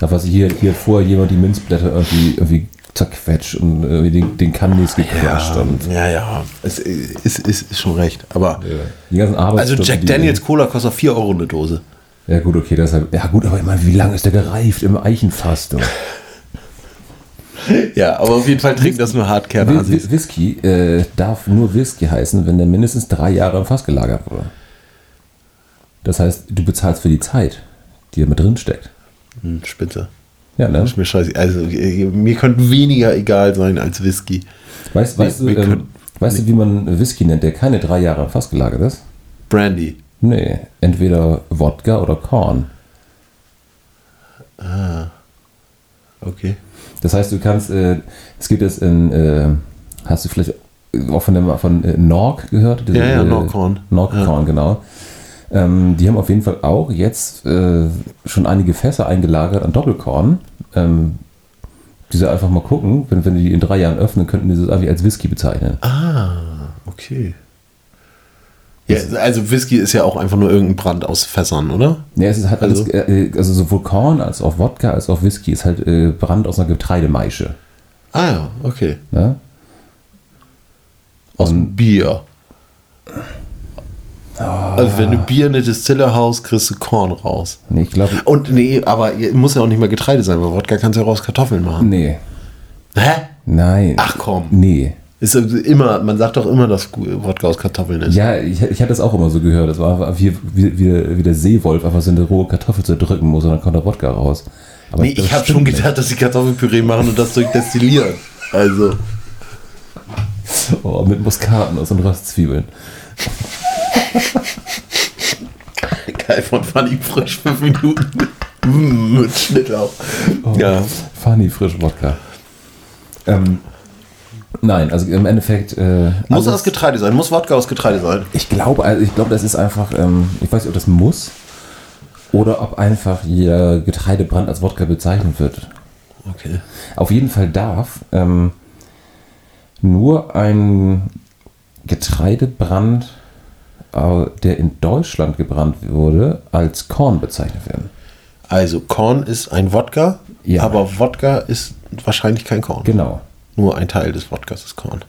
Speaker 2: Da was hier, hier vorher jemand die Minzblätter irgendwie, irgendwie zerquetscht und irgendwie den, den Candies gequetscht und
Speaker 3: Ah, ja, ja. Es ist, ist, ist schon recht. Aber
Speaker 2: äh, die ganzen Arbeit.
Speaker 3: also Jack Daniels Cola kostet 4 Euro eine Dose.
Speaker 2: Ja, gut, okay, das ist halt, Ja, gut, aber ich meine, wie lange ist der gereift im Eichenfass? Du?
Speaker 3: Ja, aber auf jeden Fall trinken das nur Hardkern.
Speaker 2: Whis- Whisky äh, darf nur Whisky heißen, wenn der mindestens drei Jahre im Fass gelagert wurde. Das heißt, du bezahlst für die Zeit, die da mit drin steckt.
Speaker 3: Hm, Spitze.
Speaker 2: Ja, ne?
Speaker 3: Ist mir scheiße. Also äh, mir könnte weniger egal sein als Whisky.
Speaker 2: Weißt, weißt,
Speaker 3: wir
Speaker 2: du, ähm,
Speaker 3: können-
Speaker 2: weißt du, wie man Whisky nennt, der keine drei Jahre im Fass gelagert ist?
Speaker 3: Brandy.
Speaker 2: Nee, entweder Wodka oder Korn.
Speaker 3: Okay.
Speaker 2: Das heißt, du kannst, äh, es gibt jetzt in, äh, hast du vielleicht auch von, dem, von äh, Norg gehört? Diese,
Speaker 3: Ja, ja,
Speaker 2: äh,
Speaker 3: Norgkorn.
Speaker 2: Norgkorn, genau. Ähm, die haben auf jeden Fall auch jetzt äh, schon einige Fässer eingelagert an Doppelkorn. Ähm, diese einfach mal gucken, wenn, wenn die die in drei Jahren öffnen, könnten die das einfach als Whisky bezeichnen.
Speaker 3: Ah, Okay. Ja, also Whisky ist ja auch einfach nur irgendein Brand aus Fässern, oder?
Speaker 2: Ja, es ist halt alles,
Speaker 3: Also?
Speaker 2: äh, also sowohl Korn als auch Wodka als auch Whisky ist halt äh, Brand aus einer Getreidemeische.
Speaker 3: Ah ja, okay.
Speaker 2: Ne?
Speaker 3: Aus dem Bier. Also wenn du Bier in eine Distille haust, kriegst du Korn raus.
Speaker 2: Nee, ich glaube.
Speaker 3: Und nee, aber ihr- muss ja auch nicht mal Getreide sein, weil Wodka kannst du ja raus Kartoffeln machen.
Speaker 2: Nee.
Speaker 3: Hä?
Speaker 2: Nein.
Speaker 3: Ach komm.
Speaker 2: Nee.
Speaker 3: Ist immer, man sagt doch immer, dass Gu- Wodka aus Kartoffeln ist.
Speaker 2: Ja, ich, ich hatte das auch immer so gehört. Das war einfach wie, wie, wie, wie der Seewolf einfach so eine rohe Kartoffel zu drücken muss und dann kommt der Wodka raus. Aber
Speaker 3: nee,
Speaker 2: das
Speaker 3: ich habe
Speaker 2: stimmt
Speaker 3: schon gedacht, dass sie Kartoffelpüree machen und das durchdestillieren. Also,
Speaker 2: nicht. Oh, mit Muskatnuss und Röstzwiebeln.
Speaker 3: geil von Fanny frisch fünf Minuten. Mm, mit Schnittlauch. Ja.
Speaker 2: Funny, frisch Wodka. Ähm, nein, also im Endeffekt. Äh,
Speaker 3: Muss
Speaker 2: alles-
Speaker 3: aus Getreide sein, muss Wodka aus Getreide sein.
Speaker 2: Ich glaube, also ich glaube, das ist einfach, ähm, ich weiß nicht, ob das muss oder ob einfach ihr Getreidebrand als Wodka bezeichnet wird.
Speaker 3: Okay.
Speaker 2: Auf jeden Fall darf ähm, nur ein Getreidebrand, äh, der in Deutschland gebrannt wurde, als Korn bezeichnet werden.
Speaker 3: Also, Korn ist ein Wodka,
Speaker 2: Ja.
Speaker 3: aber Wodka ist wahrscheinlich kein Korn.
Speaker 2: Genau.
Speaker 3: Nur ein Teil des Wodkas ist Korn.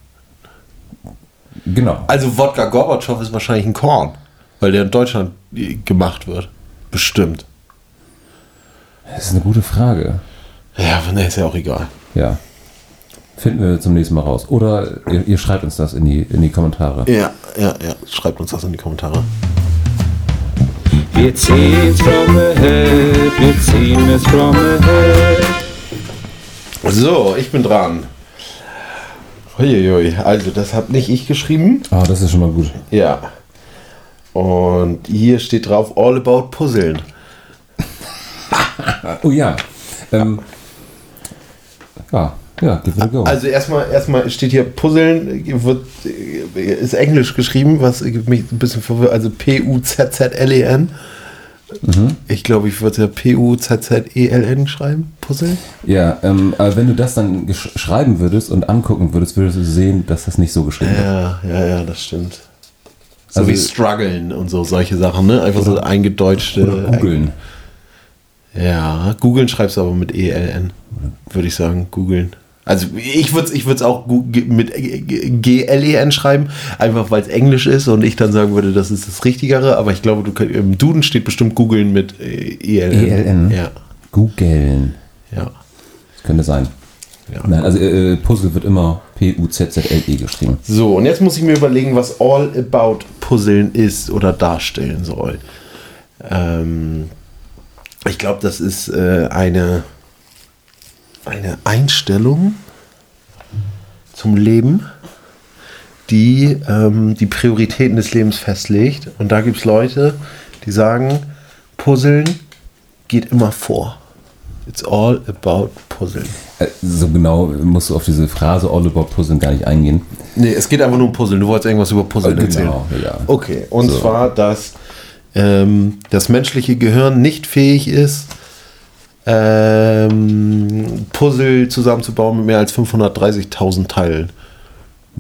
Speaker 2: Genau.
Speaker 3: Also Wodka Gorbatschow ist wahrscheinlich ein Korn, weil der in Deutschland äh, gemacht wird. Bestimmt.
Speaker 2: Das ist eine gute Frage.
Speaker 3: Ja, aber ne, ist ja auch egal.
Speaker 2: Ja. Finden wir zum nächsten Mal raus. Oder ihr, ihr schreibt uns das in die, in die Kommentare.
Speaker 3: Ja, ja, ja. Schreibt uns das in die Kommentare.
Speaker 4: Wir ziehen's from ahead, wir ziehen es from ahead.
Speaker 3: So, ich bin dran. Uiuiui, also das habe nicht ich geschrieben.
Speaker 2: Ah, das ist schon mal gut.
Speaker 3: Ja. Und hier steht drauf All About Puzzeln.
Speaker 2: Oh ja. Ähm, ja, ja, give it a go.
Speaker 3: Also erstmal erstmal steht hier Puzzeln äh, wird äh, ist englisch geschrieben, was äh, mich ein bisschen verwirrt, also P U Z Z L E N. Ich glaube, ich würde ja P U Z Z E L N schreiben, Puzzeln.
Speaker 2: ja, ähm, aber wenn du das dann gesch- schreiben würdest und angucken würdest, würdest du sehen, dass das nicht so geschrieben wird.
Speaker 3: Ja, ja, ja, das stimmt. So
Speaker 2: Also-
Speaker 3: wie struggeln und so solche Sachen, ne? Einfach so eingedeutschte
Speaker 2: Oder googeln.
Speaker 3: Ja, googeln schreibst du aber mit ELN, würde ich sagen, googeln. Also ich würde es ich würd's auch gu- ge- mit GLEN E schreiben, einfach weil es Englisch ist und ich dann sagen würde, das ist das Richtigere, aber ich glaube, du könnt, im Duden steht bestimmt googeln mit äh, ELN.
Speaker 2: ELN.
Speaker 3: Ja,
Speaker 2: Googeln.
Speaker 3: ja.
Speaker 2: Das könnte sein.
Speaker 3: ja.
Speaker 2: Nein, also äh, äh, Puzzle wird immer P-U-Z-Z-L-E geschrieben.
Speaker 3: So, und jetzt muss ich mir überlegen, was All About Puzzeln ist oder darstellen soll. Ähm, ich glaube, das ist äh, eine, eine Einstellung zum Leben, die ähm, die Prioritäten des Lebens festlegt. Und da gibt es Leute, die sagen, Puzzeln geht immer vor. It's all about Puzzeln.
Speaker 2: Äh, so genau musst du auf diese Phrase All About Puzzle gar nicht eingehen.
Speaker 3: Nee, es geht einfach nur um Puzzeln. Du wolltest irgendwas über Puzzeln
Speaker 2: Genau,
Speaker 3: erzählen.
Speaker 2: ja.
Speaker 3: Okay, und zwar, dass ähm, das menschliche Gehirn nicht fähig ist, ähm, Puzzle zusammenzubauen mit mehr als 530.000 Teilen,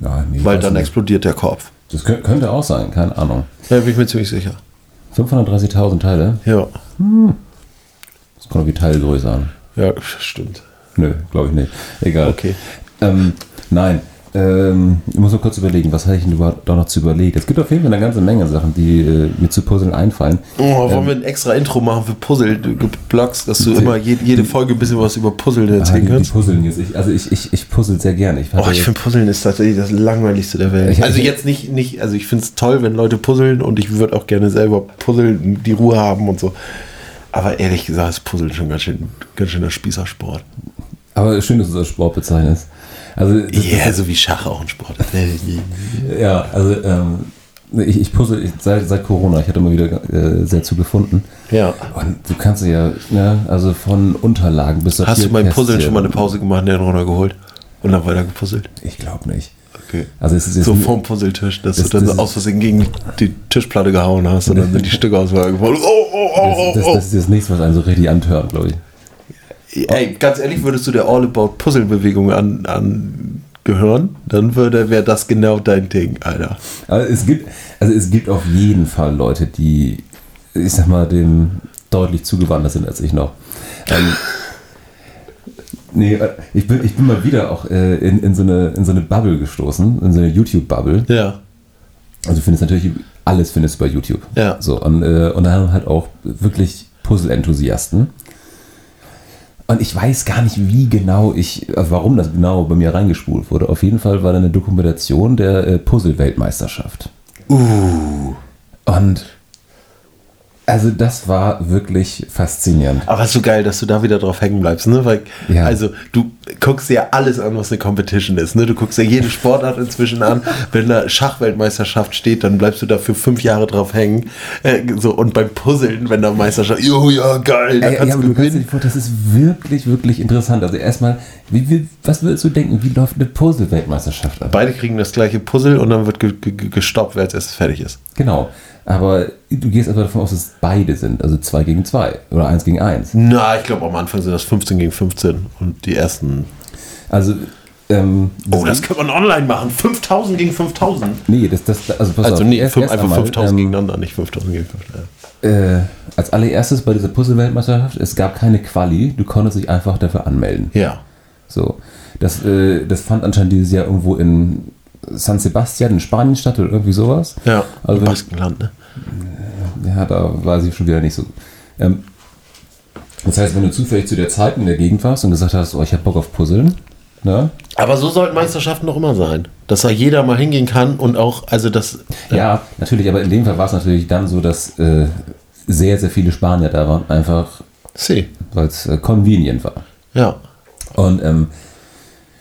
Speaker 2: Ja, nee, ich
Speaker 3: weil
Speaker 2: weiß
Speaker 3: dann
Speaker 2: nicht.
Speaker 3: explodiert der Kopf.
Speaker 2: das kö- könnte auch sein, keine Ahnung.
Speaker 3: Da bin ich mir ziemlich sicher.
Speaker 2: 530.000 Teile,
Speaker 3: Ja,
Speaker 2: das kommt auf die Teilgröße an.
Speaker 3: ja, stimmt.
Speaker 2: Nö, glaube ich nicht. Egal.
Speaker 3: Okay.
Speaker 2: Ähm, nein, ähm, ich muss nur kurz überlegen, was hatte ich denn überhaupt da noch zu überlegen? Es gibt auf jeden Fall eine ganze Menge Sachen, die äh, mir zu Puzzeln einfallen.
Speaker 3: Oh,
Speaker 2: Ähm.
Speaker 3: wollen wir ein extra Intro machen für Puzzle-Blogs, dass du immer je, jede Folge ein bisschen was über Puzzeln
Speaker 2: Ah, die,
Speaker 3: erzählen
Speaker 2: die
Speaker 3: kannst?
Speaker 2: puzzeln jetzt. Ich, also ich, ich, ich puzzle sehr gerne. Ich hatte-
Speaker 3: Oh, ich finde Puzzeln ist tatsächlich das langweiligste der Welt.
Speaker 2: Ich-
Speaker 3: also
Speaker 2: ich-
Speaker 3: jetzt nicht, nicht, also ich finde es toll, wenn Leute puzzeln und ich würde auch gerne selber puzzeln, die Ruhe haben und so. Aber ehrlich gesagt ist Puzzeln schon ganz schön, ganz schöner Spießersport.
Speaker 2: aber schön, dass du das Sport bezeichnest. Also, das,
Speaker 3: Ja, so wie Schach auch ein Sport. ist.
Speaker 2: ja, also ähm, ich, ich puzzle ich, seit, seit Corona. Ich hatte immer wieder äh, sehr zu gefunden.
Speaker 3: ja.
Speaker 2: Und du kannst ja, ne, also von Unterlagen bis
Speaker 3: Hast du beim
Speaker 2: Papierkästchen-
Speaker 3: Puzzeln schon mal eine Pause gemacht, den runtergeholt und dann weiter gepuzzelt?
Speaker 2: Ich glaube nicht.
Speaker 3: Okay.
Speaker 2: Also es ist jetzt
Speaker 3: So vorm Puzzletisch, dass
Speaker 2: Das-
Speaker 3: du dann
Speaker 2: das
Speaker 3: so
Speaker 2: ist-
Speaker 3: aus Versehen gegen die Tischplatte gehauen hast und dann sind die Stücke auseinandergefallen. Oh, oh,
Speaker 2: das,
Speaker 3: oh, oh,
Speaker 2: das,
Speaker 3: oh.
Speaker 2: das ist jetzt nichts, was einen so richtig antört, glaube ich.
Speaker 3: Ey, ganz ehrlich, würdest du der All About Puzzle-Bewegung an, angehören, dann würde, wäre das genau dein Ding, Alter.
Speaker 2: Aber es gibt, also es gibt auf jeden Fall Leute, die, ich sag mal, dem deutlich zugewandert sind als ich noch. Ähm, nee, äh, ich bin, ich bin mal wieder auch äh, in, in, so eine, in so eine Bubble gestoßen, in so eine YouTube-Bubble,
Speaker 3: Ja.
Speaker 2: Also du findest natürlich alles findest du bei YouTube.
Speaker 3: Ja.
Speaker 2: So, und, äh, und dann halt auch wirklich Puzzle-Enthusiasten. Und ich weiß gar nicht, wie genau ich, also warum das genau bei mir reingespult wurde. Auf jeden Fall war da eine Dokumentation der äh, Puzzle-Weltmeisterschaft. Uh. Und also das war wirklich faszinierend.
Speaker 3: Aber ist so geil, dass du da wieder drauf hängen bleibst, ne? Weil,
Speaker 2: Ja.
Speaker 3: also du guckst dir alles an, was eine Competition ist, ne? Du guckst dir jede Sportart inzwischen an. Wenn da Schachweltmeisterschaft steht, dann bleibst du da für fünf Jahre drauf hängen. Äh, so, und beim Puzzeln, wenn da Meisterschaft, jo, ja, geil, da
Speaker 2: Ey, ja,
Speaker 3: kannst
Speaker 2: aber
Speaker 3: du
Speaker 2: du kannst dir
Speaker 3: gewinnen.
Speaker 2: nicht vor- das ist wirklich, wirklich interessant. Also erstmal, wie, wie, was würdest du denken, wie läuft eine Puzzle-Weltmeisterschaft ab?
Speaker 3: Beide kriegen das gleiche Puzzle und dann wird ge ge ge- gestoppt, wer als erstes fertig ist.
Speaker 2: Genau. Aber du gehst aber davon aus, dass es beide sind. Also zwei gegen zwei oder eins gegen eins.
Speaker 3: Na, ich glaube, am Anfang sind das 15 gegen 15 und die ersten.
Speaker 2: Also, ähm,
Speaker 3: Oh, das kann man online machen. 5000 gegen 5000.
Speaker 2: nee, das, das, also pass
Speaker 3: Also,
Speaker 2: auf.
Speaker 3: nee,
Speaker 2: erst-
Speaker 3: fünf,
Speaker 2: erst
Speaker 3: einfach
Speaker 2: einmal,
Speaker 3: 5000
Speaker 2: ähm,
Speaker 3: gegeneinander, nicht 5000 gegen 5000.
Speaker 2: äh, Als allererstes bei dieser Puzzle-Weltmeisterschaft, es gab keine Quali, du konntest dich einfach dafür anmelden.
Speaker 3: Ja. ja.
Speaker 2: So. Das, äh, das fand anscheinend dieses Jahr irgendwo in San Sebastian in Spanien statt oder irgendwie sowas.
Speaker 3: Ja,
Speaker 2: Also
Speaker 3: im
Speaker 2: wenn-
Speaker 3: Baskenland, ne?
Speaker 2: Ja, da war sie schon wieder nicht so. Ähm, das heißt, wenn du zufällig zu der Zeit in der Gegend warst und gesagt hast, oh, ich hab Bock auf Puzzeln, ne?
Speaker 3: Aber so sollten Meisterschaften doch immer sein. Dass da jeder mal hingehen kann und auch, also das.
Speaker 2: Ja, natürlich, aber in dem Fall war es natürlich dann so, dass äh, sehr, sehr viele Spanier da waren, einfach
Speaker 3: See.
Speaker 2: weil es äh, convenient war.
Speaker 3: Ja.
Speaker 2: Und ähm,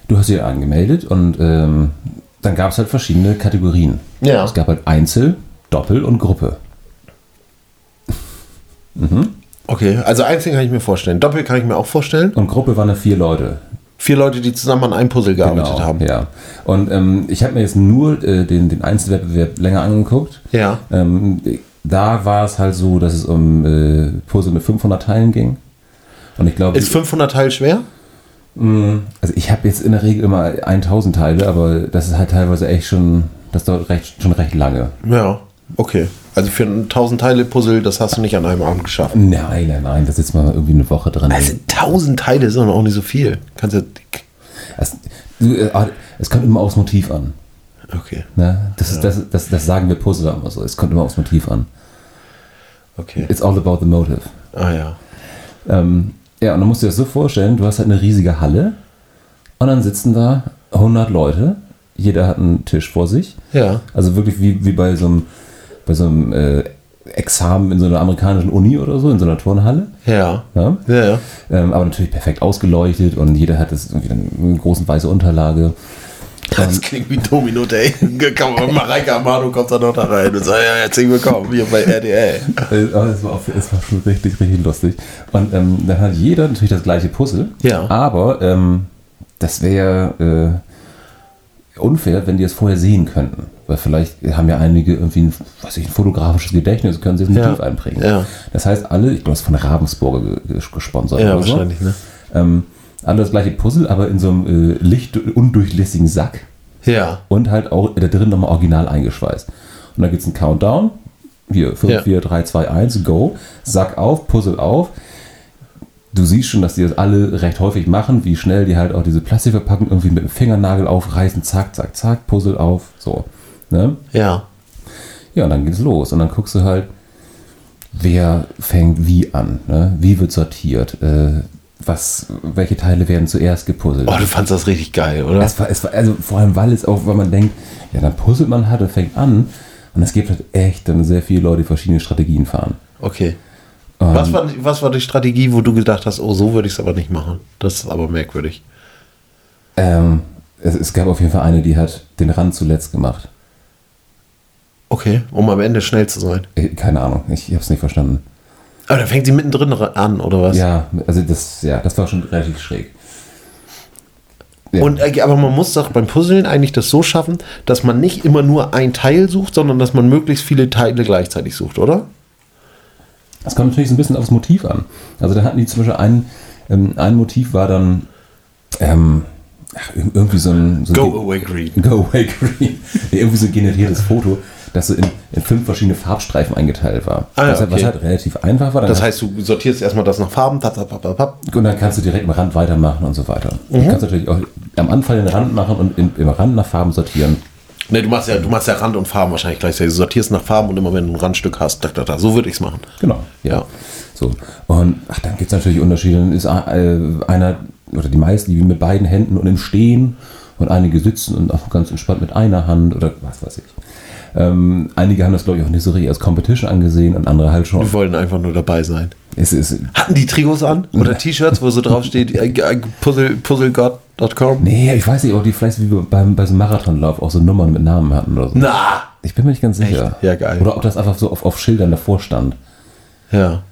Speaker 2: du hast dich angemeldet und ähm, dann gab es halt verschiedene Kategorien.
Speaker 3: Ja.
Speaker 2: Es gab halt Einzel, Doppel und Gruppe.
Speaker 3: Okay, also einzeln kann ich mir vorstellen. Doppel kann ich mir auch vorstellen.
Speaker 2: Und Gruppe waren da vier Leute.
Speaker 3: Vier Leute, die zusammen an einem Puzzle gearbeitet
Speaker 2: Genau,
Speaker 3: haben.
Speaker 2: Ja. Und ähm, ich habe mir jetzt nur äh, den, den Einzelwettbewerb länger angeguckt.
Speaker 3: Ja.
Speaker 2: Ähm, da war es halt so, dass es um äh, Puzzle mit 500 Teilen ging. Und ich glaube,
Speaker 3: Ist 500 Teil schwer?
Speaker 2: also ich habe jetzt in der Regel immer 1000 Teile, aber das ist halt teilweise echt schon, das dauert recht, schon recht lange.
Speaker 3: Ja. Okay. Also für ein 1000 Teile Puzzle, das hast du nicht an einem Abend geschafft.
Speaker 2: Nein, nein, nein, da sitzt man irgendwie eine Woche dran.
Speaker 3: Also 1000 Teile sind auch nicht so viel. Kannst du.
Speaker 2: es, du, äh, ah, es kommt immer aufs Motiv an.
Speaker 3: Okay.
Speaker 2: Ne? Das, ist, das, das, das sagen wir Puzzler immer so. Es kommt immer aufs Motiv an.
Speaker 3: Okay.
Speaker 2: It's all about the motive.
Speaker 3: Ah ja.
Speaker 2: Ähm, ja, und dann musst du dir das so vorstellen, du hast halt eine riesige Halle und dann sitzen da 100 Leute, jeder hat einen Tisch vor sich.
Speaker 3: Ja.
Speaker 2: Also wirklich wie, wie bei so einem, bei so einem äh, Examen in so einer amerikanischen Uni oder so, in so einer Turnhalle.
Speaker 3: Ja.
Speaker 2: Ja?
Speaker 3: Ja, ja.
Speaker 2: Ähm, aber natürlich perfekt ausgeleuchtet und jeder hat das irgendwie dann eine große weiße Unterlage.
Speaker 3: Das klingt wie Domino Day. Komm, Mareike Amado kommt da noch da rein und sagt, ja, herzlich willkommen hier bei RDL.
Speaker 2: Äh, Aber es war, auch, es war schon richtig, richtig lustig. Und ähm, dann hat jeder natürlich das gleiche Puzzle.
Speaker 3: Ja.
Speaker 2: Aber ähm, das wäre äh, unfair, wenn die es vorher sehen könnten. Weil vielleicht haben ja einige irgendwie ein, weiß ich, ein fotografisches Gedächtnis, können sie das Motiv
Speaker 3: Ja.
Speaker 2: einprägen.
Speaker 3: Ja.
Speaker 2: Das heißt, alle, ich glaube, es ist von Ravensburger ge- ge- gesponsert.
Speaker 3: Ja,
Speaker 2: oder so.
Speaker 3: wahrscheinlich, ne?
Speaker 2: Ähm, alle das gleiche Puzzle, aber in so einem äh, licht undurchlässigen Sack
Speaker 3: Ja.
Speaker 2: und halt auch da drin nochmal original eingeschweißt. Und dann gibt es einen Countdown. Hier, 5,
Speaker 3: Ja.
Speaker 2: 4, 3, 2, 1, go. Sack auf, Puzzle auf. Du siehst schon, dass die das alle recht häufig machen, wie schnell die halt auch diese Plastikverpackung irgendwie mit dem Fingernagel aufreißen, zack, zack, zack, Puzzle auf, so. Ne?
Speaker 3: Ja.
Speaker 2: Ja, und dann geht's los. Und dann guckst du halt, wer fängt wie an, ne? wie wird sortiert, äh, was, welche Teile werden zuerst gepuzzelt.
Speaker 3: Oh, du fandst das richtig geil, oder?
Speaker 2: Es war, es war, also vor allem, weil es auch, weil man denkt, ja, dann puzzelt man halt und fängt an. Und es gibt halt echt dann sehr viele Leute, die verschiedene Strategien fahren.
Speaker 3: Okay. Was war, was war die Strategie, wo du gedacht hast, oh, so würde ich es aber nicht machen? Das ist aber merkwürdig.
Speaker 2: Ähm, es, es gab auf jeden Fall eine, die hat den Rand zuletzt gemacht.
Speaker 3: Okay, um am Ende schnell zu sein.
Speaker 2: Äh, Keine Ahnung, ich habe es nicht verstanden.
Speaker 3: Aber dann fängt sie mittendrin ra- an, oder was?
Speaker 2: Ja, also das, ja, das war schon relativ schräg. Ja.
Speaker 3: Und, äh, aber man muss doch beim Puzzeln eigentlich das so schaffen, dass man nicht immer nur ein Teil sucht, sondern dass man möglichst viele Teile gleichzeitig sucht, oder?
Speaker 2: Es kommt natürlich so ein bisschen aufs Motiv an. Also da hatten die zum Beispiel ein, ähm, ein Motiv war dann ähm, ach, ir- irgendwie so ein... So ein
Speaker 3: Go away green.
Speaker 2: Go away green. irgendwie so ein generiertes Foto, das so in, in fünf verschiedene Farbstreifen eingeteilt war.
Speaker 3: Ah ja,
Speaker 2: was, halt- was
Speaker 3: okay.
Speaker 2: halt relativ einfach war. Dann
Speaker 3: Das heißt, du sortierst erstmal das nach Farben, tap, tap, tap, tap, tap.
Speaker 2: und dann kannst du direkt am Rand
Speaker 3: Mhm.
Speaker 2: weitermachen und so weiter. Du kannst natürlich auch am Anfang den Rand machen und im- im Rand nach Farben sortieren.
Speaker 3: Ne, du machst ja, du machst ja Rand und Farben wahrscheinlich gleich. Du sortierst nach Farben und immer wenn du ein Randstück hast, da, da, da. so würde ich es machen.
Speaker 2: Genau.
Speaker 3: Ja.
Speaker 2: So. Und ach, dann gibt es natürlich Unterschiede. Dann ist äh, einer oder die meisten, die mit beiden Händen und im Stehen und einige sitzen und auch ganz entspannt mit einer Hand oder was weiß ich. Ähm, einige haben das, glaube ich, auch nicht so richtig als Competition angesehen und andere halt schon.
Speaker 3: Wir wollen einfach nur dabei sein.
Speaker 2: Es ist,
Speaker 3: Hatten die Trikots an? Oder T-Shirts, wo so draufsteht, äh, äh, Puzzle, puzzlegod.com?
Speaker 2: nee, ich weiß nicht, ob die vielleicht wie beim, bei so einem Marathonlauf auch so Nummern mit Namen hatten oder so.
Speaker 3: Na!
Speaker 2: Ich bin mir nicht ganz sicher.
Speaker 3: Echt? Ja, geil.
Speaker 2: Oder ob das einfach so auf, auf Schildern davor stand.
Speaker 3: Ja.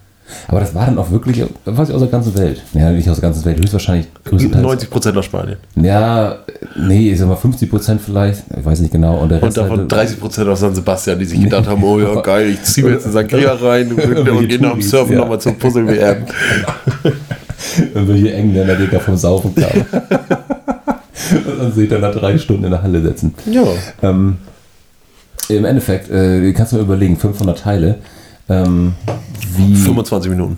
Speaker 2: Aber das war dann auch wirklich, was ich aus der ganzen Welt. Ja, nicht aus der ganzen Welt, höchstwahrscheinlich größtenteils.
Speaker 3: 90% aus Spanien.
Speaker 2: Ja, nee, ich sag mal 50 Prozent vielleicht, ich weiß nicht genau. Und der
Speaker 3: Und
Speaker 2: Rest
Speaker 3: davon 30% aus San Sebastian, die sich gedacht haben, oh ja, geil, ich ziehe mir jetzt einen Sangria rein und gehe nach dem
Speaker 2: Touris,
Speaker 3: Surfen
Speaker 2: ja.
Speaker 3: nochmal zum Puzzle-WM.
Speaker 2: irgendwelche Engländer, die davon saufen kamen. Und dann seht ihr nach drei Stunden in der Halle sitzen.
Speaker 3: Ja.
Speaker 2: Ähm, Im Endeffekt, äh, kannst du mir überlegen, 500 Teile. Ähm, wie,
Speaker 3: 25 Minuten.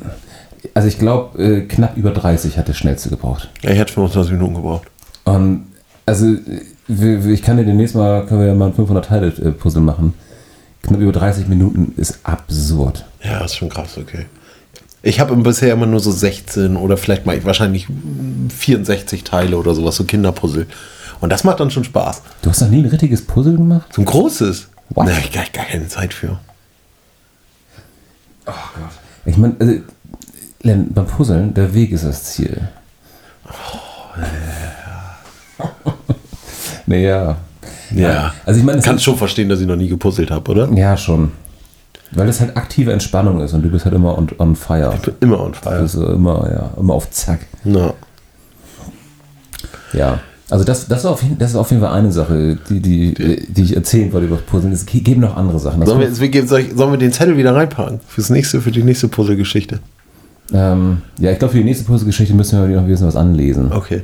Speaker 2: also ich glaube, äh, knapp über 30 hat das schnellste gebraucht.
Speaker 3: Ja, Ich hätte 25 Minuten gebraucht.
Speaker 2: Und also äh, wir, wir- ich kann dir demnächst mal, können wir ja mal ein 500 Teile äh, Puzzle machen. Knapp über 30 Minuten ist absurd.
Speaker 3: Ja, ist schon krass, okay. Ich habe bisher immer nur so 16 oder vielleicht mal wahrscheinlich 64 Teile oder sowas, so Kinderpuzzle. Und das macht dann schon Spaß.
Speaker 2: Du hast noch nie ein richtiges Puzzle gemacht?
Speaker 3: So ein großes.
Speaker 2: What?
Speaker 3: Da habe ich gar, gar keine Zeit für.
Speaker 2: Ich meine, also, Len, beim Puzzeln, der Weg ist das Ziel. naja.
Speaker 3: Ja.
Speaker 2: Also ich meine, es
Speaker 3: Kannst
Speaker 2: ist-
Speaker 3: schon verstehen, dass ich noch nie gepuzzelt habe, oder?
Speaker 2: ja schon. Weil es halt aktive Entspannung ist und du bist halt immer on, on fire.
Speaker 3: Ich bin immer on fire.
Speaker 2: Also immer, ja, immer auf Zack.
Speaker 3: Na.
Speaker 2: Ja. Also das, das, ist auf, jeden- das ist auf jeden Fall eine Sache, die, die, äh, die ich erzählen wollte über Puzzeln. Es gibt noch andere Sachen. Das
Speaker 3: Sollen wir, jetzt- wir geben- soll ich- sollen wir den Zettel wieder reinpacken? Fürs nächste, für die nächste Puzzle-Geschichte.
Speaker 2: ähm, ja, ich glaube, für die nächste Puzzle-Geschichte müssen wir noch ein bisschen was anlesen.
Speaker 3: Okay.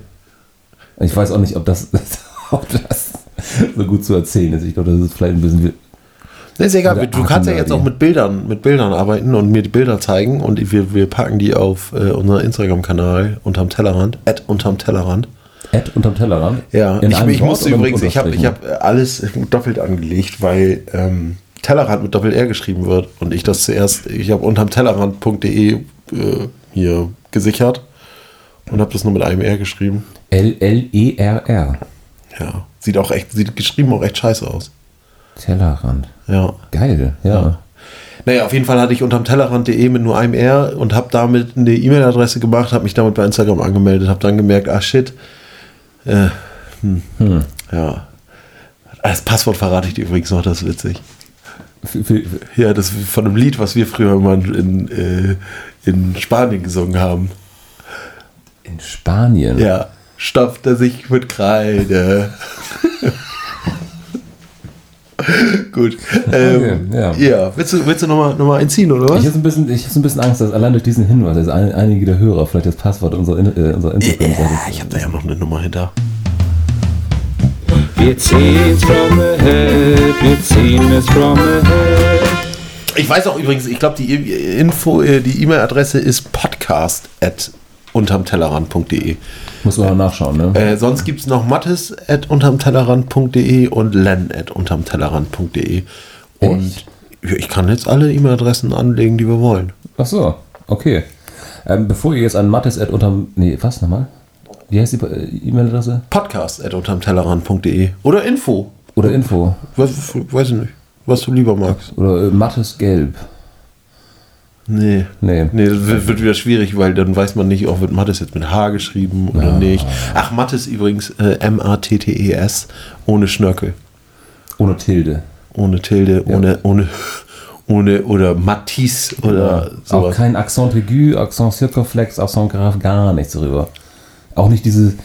Speaker 2: Ich weiß auch nicht, ob das, ob das so gut zu erzählen ist. Ich glaube, das ist vielleicht ein bisschen.
Speaker 3: Nee, ist egal,
Speaker 2: Oder
Speaker 3: du kannst ja jetzt auch
Speaker 2: Atemmelodie.
Speaker 3: mit Bildern, mit Bildern arbeiten und mir die Bilder zeigen und wir, wir packen die auf äh, unseren Instagram-Kanal unterm Tellerrand, at unterm Tellerrand.
Speaker 2: Ad unterm Tellerrand.
Speaker 3: Ja,
Speaker 2: In
Speaker 3: ich,
Speaker 2: einem
Speaker 3: ich
Speaker 2: Wort
Speaker 3: musste
Speaker 2: oder mit
Speaker 3: übrigens, ich habe ich
Speaker 2: Unterstrichen?
Speaker 3: hab alles doppelt angelegt, weil ähm, Tellerrand mit Doppel-R geschrieben wird und ich das zuerst, ich habe unterm Tellerrand.de äh, hier gesichert und habe das nur mit einem R geschrieben.
Speaker 2: E, L-L-E-R-R.
Speaker 3: Ja, sieht auch echt, sieht geschrieben auch echt scheiße aus.
Speaker 2: Tellerrand.
Speaker 3: Ja.
Speaker 2: Geil, ja.
Speaker 3: Naja, auf jeden Fall hatte ich unterm Tellerrand.de mit nur einem R und habe damit eine E-Mail-Adresse gemacht, habe mich damit bei Instagram angemeldet, habe dann gemerkt, ah shit, äh, hm. ja. Das Passwort verrate ich dir übrigens noch, das ist witzig.
Speaker 2: Für, für, für,
Speaker 3: Ja, das ist von einem Lied, was wir früher immer in, äh, in Spanien gesungen haben.
Speaker 2: in Spanien.
Speaker 3: Ja, stopft er sich mit Kreide. Gut. Ähm,
Speaker 2: Okay, ja.
Speaker 3: ja. willst du, willst du nochmal noch mal einziehen, oder was?
Speaker 2: Ich habe so ein bisschen, ich hab so ein bisschen Angst, dass allein durch diesen Hinweis, dass ein, einige der Hörer vielleicht das Passwort unserer, In- äh, unserer Instagram-Seite.
Speaker 3: ich habe da ja noch eine Nummer hinter.
Speaker 4: Wir ziehen's from ahead, wir ziehen es from ahead.
Speaker 3: Ich weiß auch übrigens, ich glaube, die I- Info, äh, die E-Mail-Adresse ist podcast at untermtellerrand.de.
Speaker 2: Muss man mal nachschauen, ne?
Speaker 3: Äh, sonst gibt es noch mattes at untermtellerrand.de und len at untermtellerrand.de. Und
Speaker 2: Echt?
Speaker 3: ja, ich kann jetzt alle E-Mail-Adressen anlegen, die wir wollen.
Speaker 2: Ach so, okay. Ähm, bevor ihr jetzt an Mattes at unterm. Nee, was nochmal? Wie heißt die äh, E-Mail-Adresse?
Speaker 3: Podcast at untermtellerrand.de oder Info.
Speaker 2: Oder Info?
Speaker 3: Was, weiß ich nicht, was du lieber magst.
Speaker 2: Oder äh, Mattes Gelb.
Speaker 3: Nee.
Speaker 2: Nee.
Speaker 3: Nee, das wird, wird wieder schwierig, weil dann weiß man nicht, auch wird Mattes jetzt mit H geschrieben oder nicht. Ach, Mattes übrigens äh, M-A-T-T-E-S ohne Schnörkel,
Speaker 2: Ohne Tilde.
Speaker 3: ohne Tilde, ohne, ohne, ohne oder Matisse oder
Speaker 2: Auch
Speaker 3: sowas.
Speaker 2: kein Accent aigu, Accent circumflex, Accent grave, gar nichts drüber. Auch nicht dieses.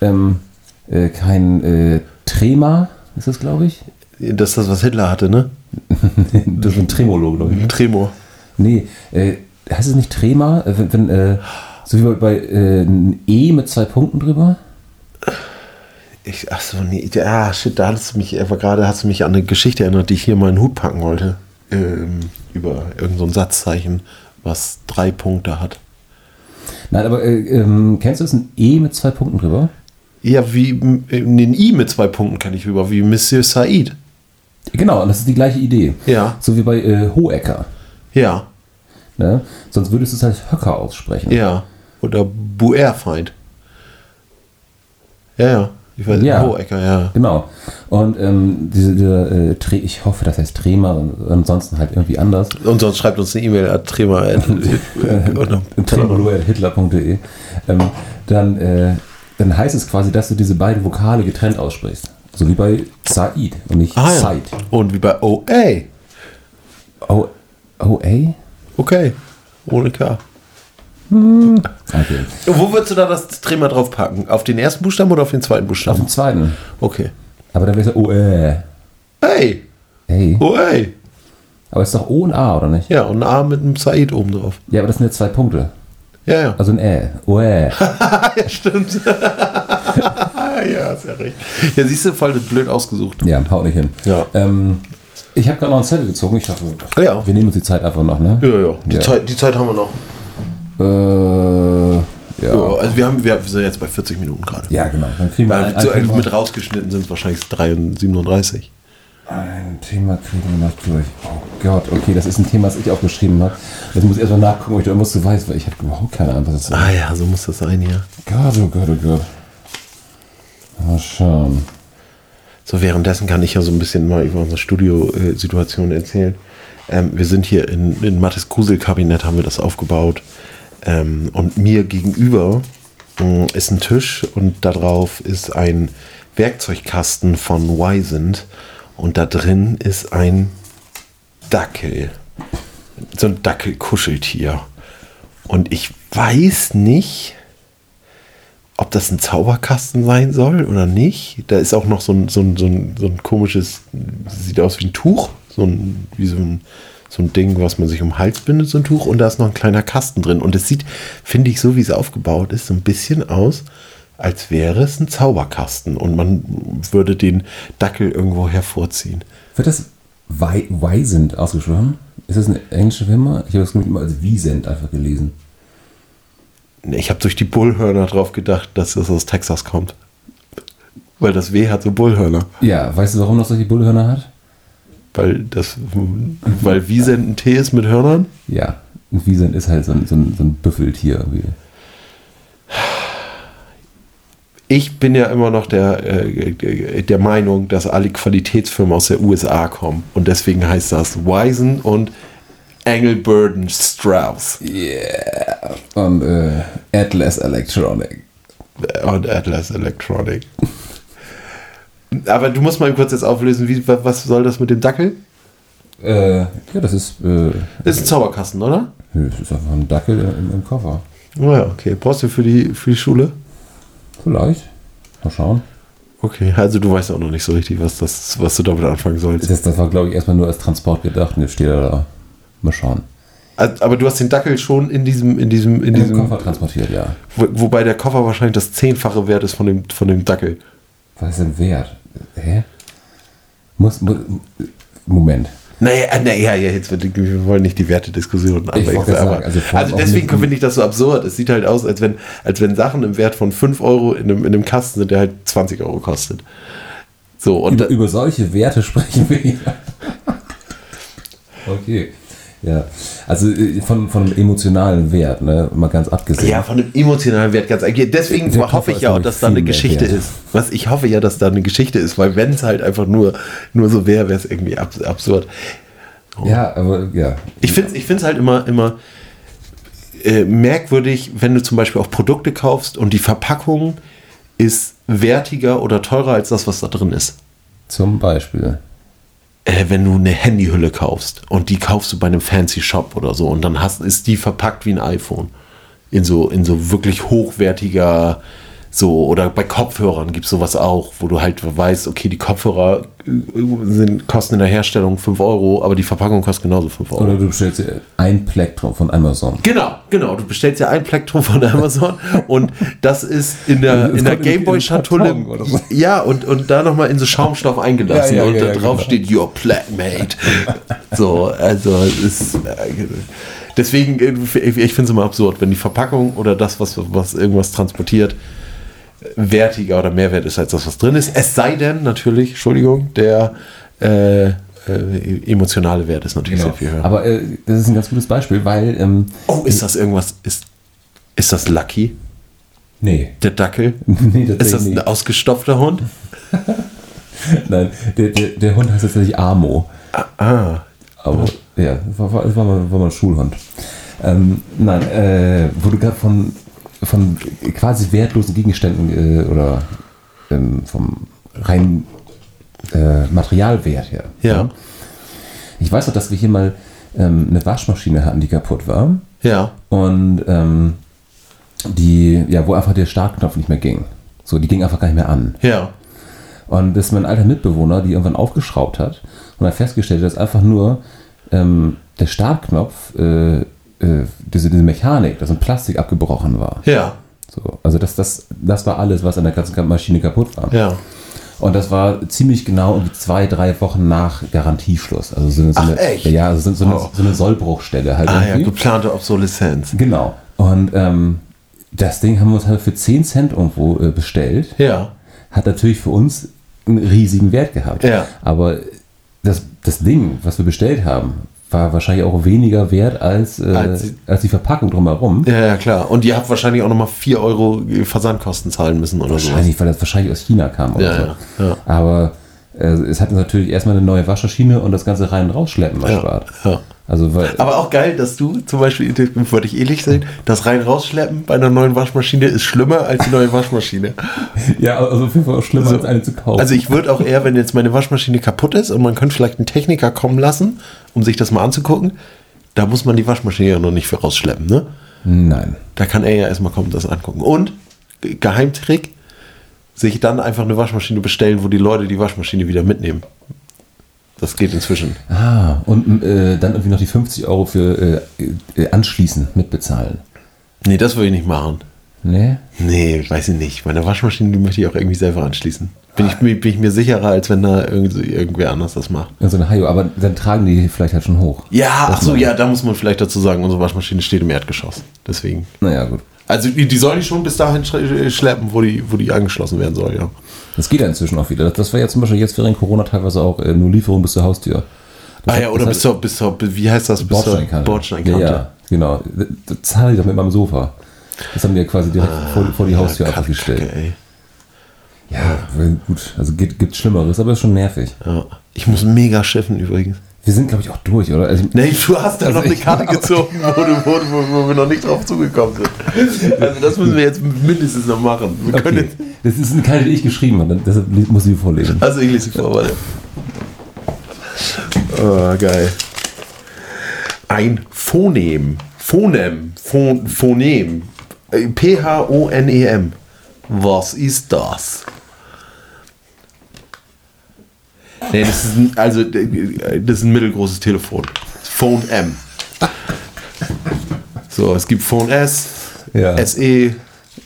Speaker 2: Ähm, äh, kein äh, Trema, ist das, glaube ich?
Speaker 3: Das ist das, was Hitler hatte, ne?
Speaker 2: das ist ein Tremolo, glaube ich.
Speaker 3: Tremor.
Speaker 2: Nee, äh, heißt es nicht Trema? Äh, wenn, wenn, äh, so wie bei, bei äh, ein E mit zwei Punkten drüber?
Speaker 3: Ich, ach so, nee, ah, shit, da hast du mich, aber gerade hast du mich an eine Geschichte erinnert, die ich hier in meinen Hut packen wollte. Ähm, über irgendein so ein Satzzeichen, was drei Punkte hat.
Speaker 2: Nein, aber äh, ähm, kennst du das ein E mit zwei Punkten drüber?
Speaker 3: Ja, wie m- den I mit zwei Punkten kann ich über, wie Monsieur Said.
Speaker 2: Genau, und das ist die gleiche Idee.
Speaker 3: Ja.
Speaker 2: So wie bei äh, Hohecker.
Speaker 3: Ja,
Speaker 2: Ne? Sonst würdest du es halt Höcker aussprechen.
Speaker 3: ja. Oder Buerfeind. Ja, ja. Ich weiß
Speaker 2: Ja.
Speaker 3: Hohecker, ja.
Speaker 2: Genau. Und ähm, diese, dieser, äh, Tre- ich hoffe, das heißt Trema und ansonsten halt irgendwie anders.
Speaker 3: Und sonst schreibt uns eine E-Mail an Trema. oder-
Speaker 2: Hitler.de. Ähm, dann, äh, dann heißt es quasi, dass du diese beiden Vokale getrennt aussprichst. So wie bei Said und nicht
Speaker 3: Ah, ja.
Speaker 2: Said.
Speaker 3: Und wie bei OA.
Speaker 2: Oh, oh ey?
Speaker 3: Okay. Ohne K.
Speaker 2: Okay.
Speaker 3: Wo würdest du da das Trema draufpacken? Auf den ersten Buchstaben oder auf den zweiten
Speaker 2: Auf
Speaker 3: Buchstaben?
Speaker 2: dem zweiten.
Speaker 3: Okay.
Speaker 2: Aber dann wäre es ja oh äh.
Speaker 3: Hey!
Speaker 2: Hey.
Speaker 3: OA!
Speaker 2: Aber es ist doch O und A, oder nicht?
Speaker 3: Ja, und ein A mit einem Said oben drauf.
Speaker 2: Ja, aber das sind ja zwei Punkte.
Speaker 3: Ja, ja.
Speaker 2: Also ein Ä. Oh äh.
Speaker 3: ja, stimmt. Ah, ja, ist ja recht. Ja, siehst du, voll blöd ausgesucht.
Speaker 2: Ja, haut nicht hin.
Speaker 3: Ja.
Speaker 2: Ähm, ich habe gerade noch einen Zettel gezogen. Ich hoffe,
Speaker 3: Ah, ja.
Speaker 2: wir nehmen uns die Zeit einfach noch, ne?
Speaker 3: Ja, ja. Die,
Speaker 2: Ja.
Speaker 3: Zeit, die Zeit haben wir noch.
Speaker 2: Äh, ja.
Speaker 3: Ja, also wir, haben, wir sind jetzt bei 40 Minuten gerade.
Speaker 2: Ja, genau. Dann kriegen wir
Speaker 3: Weil
Speaker 2: ein,
Speaker 3: so
Speaker 2: ein, Thema,
Speaker 3: mit rausgeschnitten sind es wahrscheinlich 37.
Speaker 2: ein Thema kriegen wir noch durch. Oh Gott, okay, das ist ein Thema, das ich aufgeschrieben habe. Jetzt muss ich erstmal nachgucken, ob ich da irgendwas zu weiß, weil ich habe überhaupt keine Ahnung, was das ist.
Speaker 3: Ah ja, so muss das sein, ja.
Speaker 2: Gott, oh Gott, oh Gott. Mal schauen.
Speaker 3: So, währenddessen kann ich ja so ein bisschen mal über unsere Studiosituation erzählen. Ähm, wir sind hier in, in Mattes Kusel-Kabinett, haben wir das aufgebaut. Ähm, und mir gegenüber ähm, ist ein Tisch und da drauf ist ein Werkzeugkasten von Wisent. Und da drin ist ein Dackel. So ein Dackelkuscheltier. Und ich weiß nicht, ob das ein Zauberkasten sein soll oder nicht. Da ist auch noch so ein, so ein, so ein, so ein komisches, sieht aus wie ein Tuch, so ein, wie so ein, so ein Ding, was man sich um den Hals bindet, so ein Tuch. Und da ist noch ein kleiner Kasten drin. Und es sieht, finde ich, so wie es aufgebaut ist, so ein bisschen aus, als wäre es ein Zauberkasten. Und man würde den Dackel irgendwo hervorziehen.
Speaker 2: Wird das Wei- Weisend ausgesprochen? Ist das eine englische Firma? Ich habe das glaub ich, immer als Wiesent einfach gelesen.
Speaker 3: Ich habe durch die Bullhörner drauf gedacht, dass das aus Texas kommt. Weil das W hat so Bullhörner.
Speaker 2: Ja, weißt du, warum das solche Bullhörner hat?
Speaker 3: Weil das, weil Wiesent ein T ist mit Hörnern?
Speaker 2: Ja, ein Wiesent ist halt so ein, so ein, so ein Büffeltier irgendwie.
Speaker 3: Ich bin ja immer noch der, äh, der Meinung, dass alle Qualitätsfirmen aus der USA kommen. Und deswegen heißt das Wisen und Engelburden Strauss
Speaker 2: Und äh, Atlas Electronic.
Speaker 3: und Atlas Electronic. Aber du musst mal kurz jetzt auflösen, wie, wa- was soll das mit dem Dackel?
Speaker 2: Äh, ja, das ist, äh,
Speaker 3: Das ist ein Zauberkasten, oder?
Speaker 2: nö, das ist einfach ein Dackel im, im Koffer.
Speaker 3: Naja, Oh okay. Brauchst du für die, für die Schule?
Speaker 2: Vielleicht. Mal schauen.
Speaker 3: Okay, also du weißt auch noch nicht so richtig, was, das, was du damit anfangen sollst.
Speaker 2: Das, das war, glaube ich, erstmal nur als Transport gedacht und jetzt steht er da. Mal schauen.
Speaker 3: Also, Aber du hast den Dackel schon in diesem, in diesem, in
Speaker 2: In den
Speaker 3: diesem,
Speaker 2: Koffer transportiert, ja.
Speaker 3: wo, wobei der Koffer wahrscheinlich das zehnfache Wert ist von dem, von dem Dackel.
Speaker 2: Was ist denn wert? Hä? Muss, muss Moment.
Speaker 3: Naja, äh, naja, ja, jetzt wird, wir wollen nicht die Wertediskussion
Speaker 2: wollte
Speaker 3: anwechseln.
Speaker 2: gerade
Speaker 3: Aber,
Speaker 2: sagen, also
Speaker 3: also
Speaker 2: vor allem auch
Speaker 3: deswegen
Speaker 2: mit dem-
Speaker 3: finde ich das so absurd. Es sieht halt aus, als wenn, als wenn Sachen im Wert von 5 Euro in einem, in einem Kasten sind, der halt 20 Euro kostet. So, und
Speaker 2: Über,
Speaker 3: da,
Speaker 2: über solche Werte sprechen wir hier. okay. Ja. Also äh, von, von emotionalen Wert, ne? Mal ganz abgesehen.
Speaker 3: ja, von dem emotionalen Wert ganz eigentlich. Deswegen
Speaker 2: Der Koffer
Speaker 3: hoffe ich
Speaker 2: ist
Speaker 3: ja,
Speaker 2: nämlich
Speaker 3: dass da eine
Speaker 2: viel mehr
Speaker 3: Geschichte
Speaker 2: wert.
Speaker 3: ist. Was ich hoffe ja, dass da eine Geschichte ist, weil wenn es halt einfach nur, nur so wäre, wäre es irgendwie abs absurd.
Speaker 2: Ja, aber ja.
Speaker 3: Ich finde es ich find's halt immer, immer äh, merkwürdig, wenn du zum Beispiel auch Produkte kaufst und die Verpackung ist wertiger oder teurer als das, was da drin ist.
Speaker 2: Zum Beispiel.
Speaker 3: Äh, wenn du eine Handyhülle kaufst und die kaufst du bei einem Fancy Shop oder so und dann hast, ist die verpackt wie ein iPhone. In so, in so wirklich hochwertiger, so, oder bei Kopfhörern gibt es sowas auch, wo du halt weißt, okay, die Kopfhörer äh, sind, kosten in der Herstellung 5 Euro, aber die Verpackung kostet genauso 5 Euro.
Speaker 2: Oder du bestellst dir ein Plektrum von Amazon.
Speaker 3: Genau, genau. Du bestellst ja ein Plektrum von Amazon und das ist in der,
Speaker 2: Das
Speaker 3: in der
Speaker 2: kommt in- in den Karton
Speaker 3: Gameboy-Schatulle.
Speaker 2: oder so.
Speaker 3: Ja, und, und da nochmal in so Schaumstoff eingelassen.
Speaker 2: Ja, ja,
Speaker 3: und
Speaker 2: ja,
Speaker 3: da
Speaker 2: ja,
Speaker 3: drauf
Speaker 2: genau.
Speaker 3: steht Your Playmate. so, also es ist. äh, Deswegen, äh, ich finde es immer absurd, wenn die Verpackung oder das, was, was irgendwas transportiert, wertiger oder Mehrwert ist als das, was drin ist. Es sei denn, natürlich, Entschuldigung, der äh, äh, emotionale Wert ist natürlich
Speaker 2: Genau.
Speaker 3: sehr viel höher.
Speaker 2: Aber äh, das ist ein ganz gutes Beispiel, weil. Ähm,
Speaker 3: oh, ist das irgendwas? Ist, ist das Lucky?
Speaker 2: nee.
Speaker 3: Der Dackel?
Speaker 2: Nee, tatsächlich
Speaker 3: ist das ein
Speaker 2: nicht.
Speaker 3: ausgestopfter Hund?
Speaker 2: Nein, der, der, der Hund heißt tatsächlich Amo.
Speaker 3: Ah,
Speaker 2: Aber ja, das war, war, das war, mal, war mal ein Schulhund. Ähm, nein, äh, wo du gerade von, von quasi wertlosen Gegenständen äh, oder ähm, vom reinen äh, Materialwert her.
Speaker 3: ja,
Speaker 2: Ich weiß noch, dass wir hier mal ähm, eine Waschmaschine hatten, die kaputt war.
Speaker 3: ja,
Speaker 2: Und ähm, die, ja, wo einfach der Startknopf nicht mehr ging. So, die ging einfach gar nicht mehr an.
Speaker 3: ja.
Speaker 2: Und das ist mein alter Mitbewohner, die irgendwann aufgeschraubt hat und hat festgestellt, dass einfach nur ähm, der Startknopf, äh, äh, diese, diese Mechanik, dass ein Plastik abgebrochen war.
Speaker 3: Ja,
Speaker 2: So, also das, das, das war alles, was an der ganzen Maschine kaputt war.
Speaker 3: ja.
Speaker 2: Und das war ziemlich genau irgendwie zwei, drei Wochen nach Garantieschluss. Also so eine, so
Speaker 3: Ach,
Speaker 2: eine,
Speaker 3: echt?
Speaker 2: Ja, also so, so, eine,
Speaker 3: Wow.
Speaker 2: so eine Sollbruchstelle halt.
Speaker 3: Ah ja,
Speaker 2: irgendwie.
Speaker 3: geplante Obsoleszenz.
Speaker 2: Genau. Und ähm, das Ding haben wir uns halt für 10 Cent irgendwo äh, bestellt.
Speaker 3: Ja,
Speaker 2: Hat natürlich für uns einen riesigen Wert gehabt.
Speaker 3: Ja.
Speaker 2: Aber das, das Ding, was wir bestellt haben, war wahrscheinlich auch weniger wert als, äh,
Speaker 3: Als
Speaker 2: als,
Speaker 3: die-
Speaker 2: die Verpackung drumherum.
Speaker 3: ja, ja, klar. Und ihr habt wahrscheinlich auch nochmal 4 Euro äh, Versandkosten zahlen müssen oder so.
Speaker 2: Wahrscheinlich, weil das wahrscheinlich aus China kam. Oder
Speaker 3: Ja,
Speaker 2: so.
Speaker 3: ja, ja.
Speaker 2: Aber äh, es hat uns natürlich erstmal eine neue Waschmaschine und das ganze rein und rausschleppen erspart.
Speaker 3: ja.
Speaker 2: Also, weil,
Speaker 3: Aber auch geil, dass du zum Beispiel, das würde ich ehrlich sehen, das rein rausschleppen bei einer neuen Waschmaschine ist schlimmer als die neue Waschmaschine.
Speaker 2: ja, also auf jeden Fall auch schlimmer als eine zu kaufen.
Speaker 3: Also ich würde auch eher, wenn jetzt meine Waschmaschine kaputt ist und man könnte vielleicht einen Techniker kommen lassen, um sich das mal anzugucken, da muss man die Waschmaschine ja noch nicht für rausschleppen, ne?
Speaker 2: Nein.
Speaker 3: Da kann er ja erstmal kommen, das angucken. Und Ge- Geheimtrick, sich dann einfach eine Waschmaschine bestellen, wo die Leute die Waschmaschine wieder mitnehmen. Das geht inzwischen.
Speaker 2: Ah, und äh, dann irgendwie noch die 50 Euro für äh, äh, anschließen mitbezahlen.
Speaker 3: Nee, das würde ich nicht machen.
Speaker 2: Ne?
Speaker 3: Nee, weiß ich nicht. Meine Waschmaschine, die möchte ich auch irgendwie selber anschließen. Bin ich, bin ich mir sicherer, als wenn da irgendwie, irgendwer anders das macht.
Speaker 2: So eine Hajo, aber dann tragen die vielleicht halt schon hoch.
Speaker 3: Ja, ach so, ja, da muss man vielleicht dazu sagen, unsere Waschmaschine steht im Erdgeschoss. Deswegen.
Speaker 2: Naja, gut.
Speaker 3: Also die, die soll die schon bis dahin schre- schleppen, wo die, wo die angeschlossen werden soll, ja.
Speaker 2: Das geht ja inzwischen auch wieder. Das, das war ja zum Beispiel jetzt während Corona teilweise auch äh, nur Lieferung bis zur Haustür. Das
Speaker 3: Ah
Speaker 2: hat-
Speaker 3: ja, oder
Speaker 2: das
Speaker 3: bis
Speaker 2: hat-
Speaker 3: zur, bis zur, wie heißt das? Bis zur
Speaker 2: Bordsteinkante.
Speaker 3: Bordsteinkante.
Speaker 2: Ja, ja, genau. Da- Da zahle ich doch mit meinem Sofa. Das haben die ja quasi direkt vor, vor die Haustür
Speaker 3: Ah, Kacke,
Speaker 2: abgestellt.
Speaker 3: Kacke, ey.
Speaker 2: Ja, weil gut. Also gibt, gibt Schlimmeres, aber ist schon nervig.
Speaker 3: Ja. Ich muss mega schiffen übrigens.
Speaker 2: Wir sind, glaube ich, auch durch, oder? Also, ich-
Speaker 3: Nee, du hast da
Speaker 2: Also
Speaker 3: noch eine
Speaker 2: ich-
Speaker 3: Karte gezogen, wo, du, wo, du- wo, wo wir noch nicht drauf zugekommen sind. Also das müssen wir jetzt mindestens noch machen. Wir können
Speaker 2: Okay.
Speaker 3: jetzt,
Speaker 2: Das ist eine Karte, die ich geschrieben habe. Deshalb muss ich sie vorlesen.
Speaker 3: also ich lese sie vor, warte. Oh, geil. Ein Phonem. Phonem. Phon, Phonem. Äh, P-H-O-N-E-M. E Was ist das? Nee, das ist ein, also, äh, das ist ein mittelgroßes Telefon. Phone M. So, es gibt Phone S, E,
Speaker 2: Ja.
Speaker 3: SE,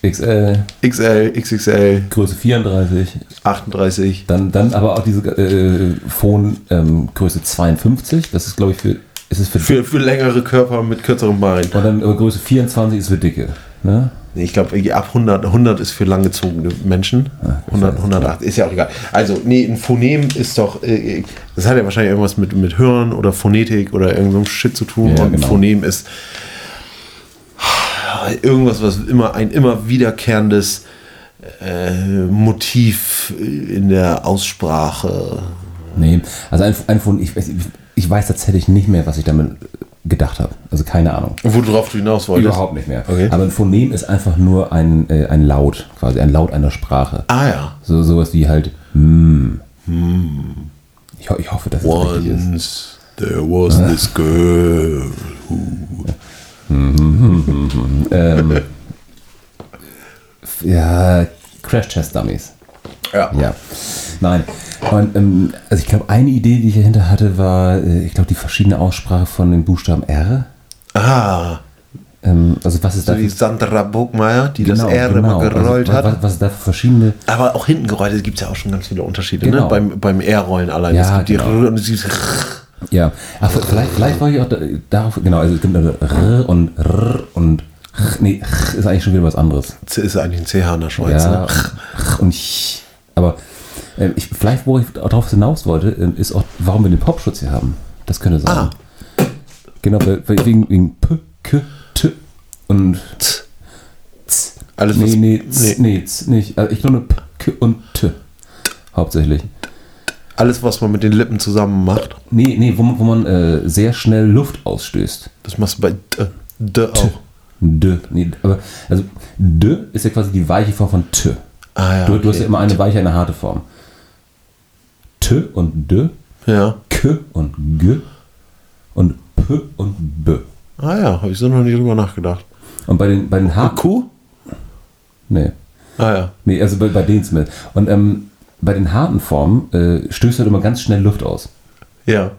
Speaker 2: XL,
Speaker 3: XL, XXL,
Speaker 2: Größe 34,
Speaker 3: 38.
Speaker 2: dann, dann aber auch diese äh, Phone ähm, Größe 52, das ist glaube ich für, ist es für,
Speaker 3: Für, für längere Körper mit kürzerem Bein.
Speaker 2: und dann aber Größe 24 ist für dicke, ne?
Speaker 3: Nee, ich glaube, ab 100, 100 ist für langgezogene Menschen.
Speaker 2: Ah,
Speaker 3: 100, 108, ist ja auch egal. Also, nee, ein Phonem ist doch, äh, das hat ja wahrscheinlich irgendwas mit, mit Hören oder Phonetik oder irgendeinem Shit zu tun.
Speaker 2: Ja,
Speaker 3: Und
Speaker 2: genau.
Speaker 3: ein Phonem ist irgendwas, was immer ein immer wiederkehrendes äh, Motiv in der Aussprache.
Speaker 2: Nee, also ein, ein Phone, ich, weiß- ich weiß tatsächlich nicht mehr, was ich damit gedacht habe, also keine Ahnung.
Speaker 3: Worauf du hinaus wolltest.
Speaker 2: Überhaupt nicht mehr.
Speaker 3: Okay.
Speaker 2: Aber ein Phonem ist einfach nur ein, äh, ein Laut, quasi ein Laut einer Sprache.
Speaker 3: Ah ja.
Speaker 2: So, sowas wie halt, hm. Ich, ho- ich hoffe, dass es richtig ist.
Speaker 3: Once there was this girl.
Speaker 2: Ähm, f- ja, Crash Test Dummies. Ja. Nein. Und ähm, also ich glaube, eine Idee, die ich dahinter hatte, war, äh, ich glaube, die verschiedene Aussprache von dem Buchstaben R.
Speaker 3: Ah.
Speaker 2: Ähm, also was ist da Genau,
Speaker 3: So wie Sandra Burgmeier, die das R immer gerollt
Speaker 2: also, wa-
Speaker 3: hat.
Speaker 2: wa- Was es da für verschiedene.
Speaker 3: Aber auch hinten gerollt, es gibt ja auch schon ganz viele Unterschiede,
Speaker 2: Genau.
Speaker 3: ne? Beim, beim R-Rollen allein.
Speaker 2: Ja,
Speaker 3: es gibt
Speaker 2: genau.
Speaker 3: die R und es gibt R.
Speaker 2: Ja. Ach, vielleicht, vielleicht war ich auch da, darauf, genau, also es gibt also äh, R und R und Ch, Nee, ch ist eigentlich schon wieder was anderes.
Speaker 3: Z ist eigentlich ein CH in der Schweiz.
Speaker 2: Ja,
Speaker 3: Ne?
Speaker 2: ch und ich. Aber äh, ich, vielleicht, wo ich darauf hinaus wollte, ähm, ist auch, warum wir den Popschutz hier haben. Das könnte sein.
Speaker 3: Ah.
Speaker 2: Genau, weil- weil wegen, wegen P, K, T und
Speaker 3: Z. Alles was
Speaker 2: Nee, nee, z, nee, z, nicht. Also ich glaube nur P, K und T. Hauptsächlich.
Speaker 3: Alles, was man mit den Lippen zusammen macht,
Speaker 2: Nee, nee, wo man, wo man äh, sehr schnell Luft ausstößt.
Speaker 3: das machst du bei D, D auch.
Speaker 2: D. Nee, aber, also D ist ja quasi die weiche Form von T.
Speaker 3: Ah ja.
Speaker 2: Du, du hast ja
Speaker 3: okay.
Speaker 2: immer eine weiche, eine harte Form. T und D,
Speaker 3: Ja.
Speaker 2: K und G und P und B.
Speaker 3: Ah ja, habe ich so noch nicht drüber nachgedacht.
Speaker 2: Und bei den, bei den harten.
Speaker 3: Q?
Speaker 2: Nee.
Speaker 3: Ah ja.
Speaker 2: Nee, also bei, bei denen zumindest. Und ähm, bei den harten Formen äh, stößt du halt immer ganz schnell Luft aus.
Speaker 3: Ja.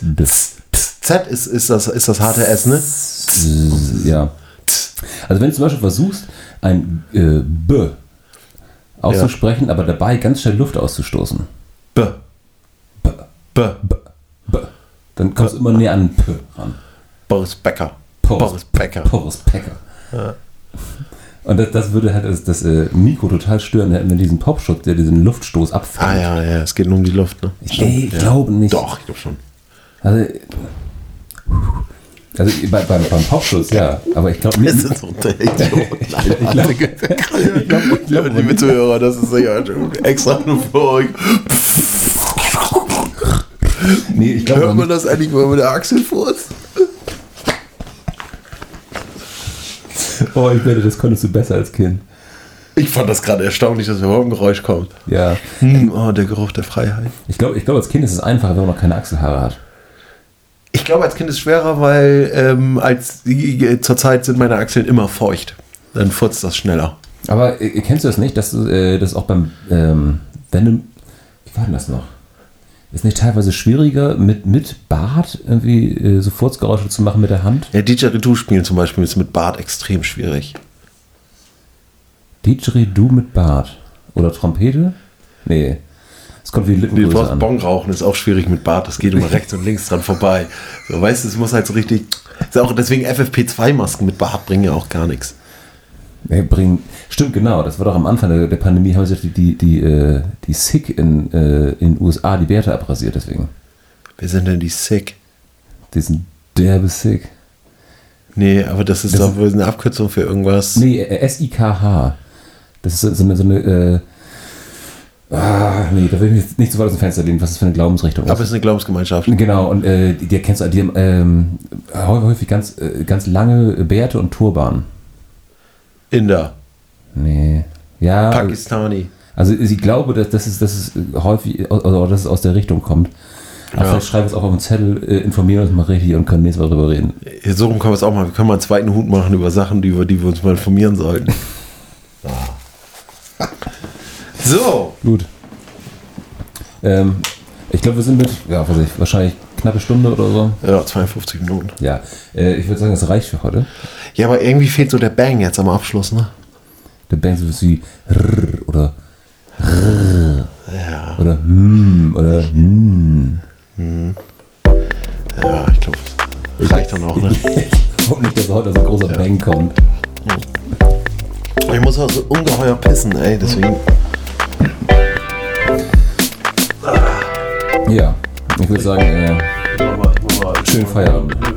Speaker 2: D.
Speaker 3: Z ist, ist, das, ist das harte S, ne?
Speaker 2: Ja. Also wenn du zum Beispiel versuchst, ein äh, B auszusprechen, aber dabei ganz schnell Luft auszustoßen,
Speaker 3: B.
Speaker 2: B,
Speaker 3: B.
Speaker 2: B, dann kommst du immer näher an P ran.
Speaker 3: Boris Becker. Boris Becker.
Speaker 2: Boris Becker. Und das, das würde halt das, das äh, Mikro total stören, da hätten wir diesen Popschutz, der diesen Luftstoß abfängt.
Speaker 3: Ah ja, ja, es geht nur um die Luft, ne?
Speaker 2: Ich nee, ich glaube nicht.
Speaker 3: Doch, ich glaube schon.
Speaker 2: Also, also bei, beim, beim Popschutz, ja. Aber ich glaube
Speaker 3: Es
Speaker 2: nicht.
Speaker 3: sind so Idioten. alle.
Speaker 2: Ich glaube, ich glaub, ich glaub,
Speaker 3: Liebe Zuhörer, das ist ja schon extra nur für euch.
Speaker 2: nee, ich glaube
Speaker 3: Hört
Speaker 2: nicht.
Speaker 3: man das eigentlich mal mit der Achsel furzt?
Speaker 2: Oh, ich wette, das konntest du besser als Kind.
Speaker 3: Ich fand das gerade erstaunlich, dass überhaupt ein Geräusch kommt.
Speaker 2: Ja.
Speaker 3: Hm, oh, der Geruch der Freiheit.
Speaker 2: Ich glaube, ich glaub, als Kind ist es einfacher, wenn man noch keine Achselhaare hat.
Speaker 3: Ich glaube, als Kind ist es schwerer, weil ähm, als, zurzeit sind meine Achseln immer feucht. Dann furzt das schneller.
Speaker 2: Aber äh, kennst du das nicht, dass du, äh, das auch beim, ähm, wenn du, wie war denn das noch? Ist nicht teilweise schwieriger, mit, mit Bart irgendwie äh, so Furzgeräusche zu machen mit der Hand?
Speaker 3: Ja, Didgeridoo spielen zum Beispiel ist mit Bart extrem schwierig.
Speaker 2: Didgeridoo mit Bart. Oder Trompete? Nee. Es kommt wie
Speaker 3: Nee,
Speaker 2: Lippengröße
Speaker 3: Boss,
Speaker 2: an.
Speaker 3: Bon rauchen ist auch schwierig mit Bart. Das geht immer rechts und links dran vorbei. So, weißt du, es muss halt so richtig. Ist auch deswegen FFP2-Masken mit Bart bringen ja auch gar nichts.
Speaker 2: Nee, bringen. Stimmt, genau. Das war doch am Anfang der, der Pandemie, haben sich die, die, die, äh, die Sick in, äh, in den USA die Werte abrasiert, deswegen.
Speaker 3: Wer sind denn die Sick?
Speaker 2: Die sind derbe Sick.
Speaker 3: Nee, aber das ist
Speaker 2: Das
Speaker 3: doch wohl eine Abkürzung für irgendwas.
Speaker 2: Nee, äh, S-I-K-H. Das ist so- so eine. So eine äh, ah, nee, da will ich mich jetzt nicht so weit aus dem Fenster lehnen, was das für eine Glaubensrichtung
Speaker 3: Aber es
Speaker 2: ist.
Speaker 3: ist eine Glaubensgemeinschaft.
Speaker 2: Genau, und äh, die, die kennst du, die haben ähm, hä- häufig ganz, äh, ganz lange Bärte und Turban.
Speaker 3: Inder.
Speaker 2: Nee. Ja,
Speaker 3: Pakistani.
Speaker 2: also ich glaube, dass das ist, dass es häufig, also dass es aus der Richtung kommt. Aber
Speaker 3: Ja.
Speaker 2: vielleicht schreiben wir es auch auf den Zettel, äh, informieren uns mal richtig und können nächstes Mal drüber reden.
Speaker 3: Äh, So rum können wir es auch mal. Wir können mal einen zweiten Hut machen über Sachen, die, über die wir uns mal informieren sollten. Ah. So.
Speaker 2: Gut. Ähm, ich glaube, wir sind mit, ja, was weiß ich, wahrscheinlich knappe Stunde oder so.
Speaker 3: Ja, 52 Minuten.
Speaker 2: Ja, äh, ich würde sagen, das reicht für heute.
Speaker 3: Ja, aber irgendwie fehlt so der Bang jetzt am Abschluss, ne?
Speaker 2: Der Band ist wie rrr oder
Speaker 3: Ja.
Speaker 2: oder hm oder hm.
Speaker 3: Ja, ich glaube, reicht dann auch, ne?
Speaker 2: Ich hoffe nicht, dass heute so ein großer Bang kommt.
Speaker 3: Ich muss auch so ungeheuer pissen, ey, deswegen.
Speaker 2: Ja, ich würde sagen, äh, schönen Feierabend.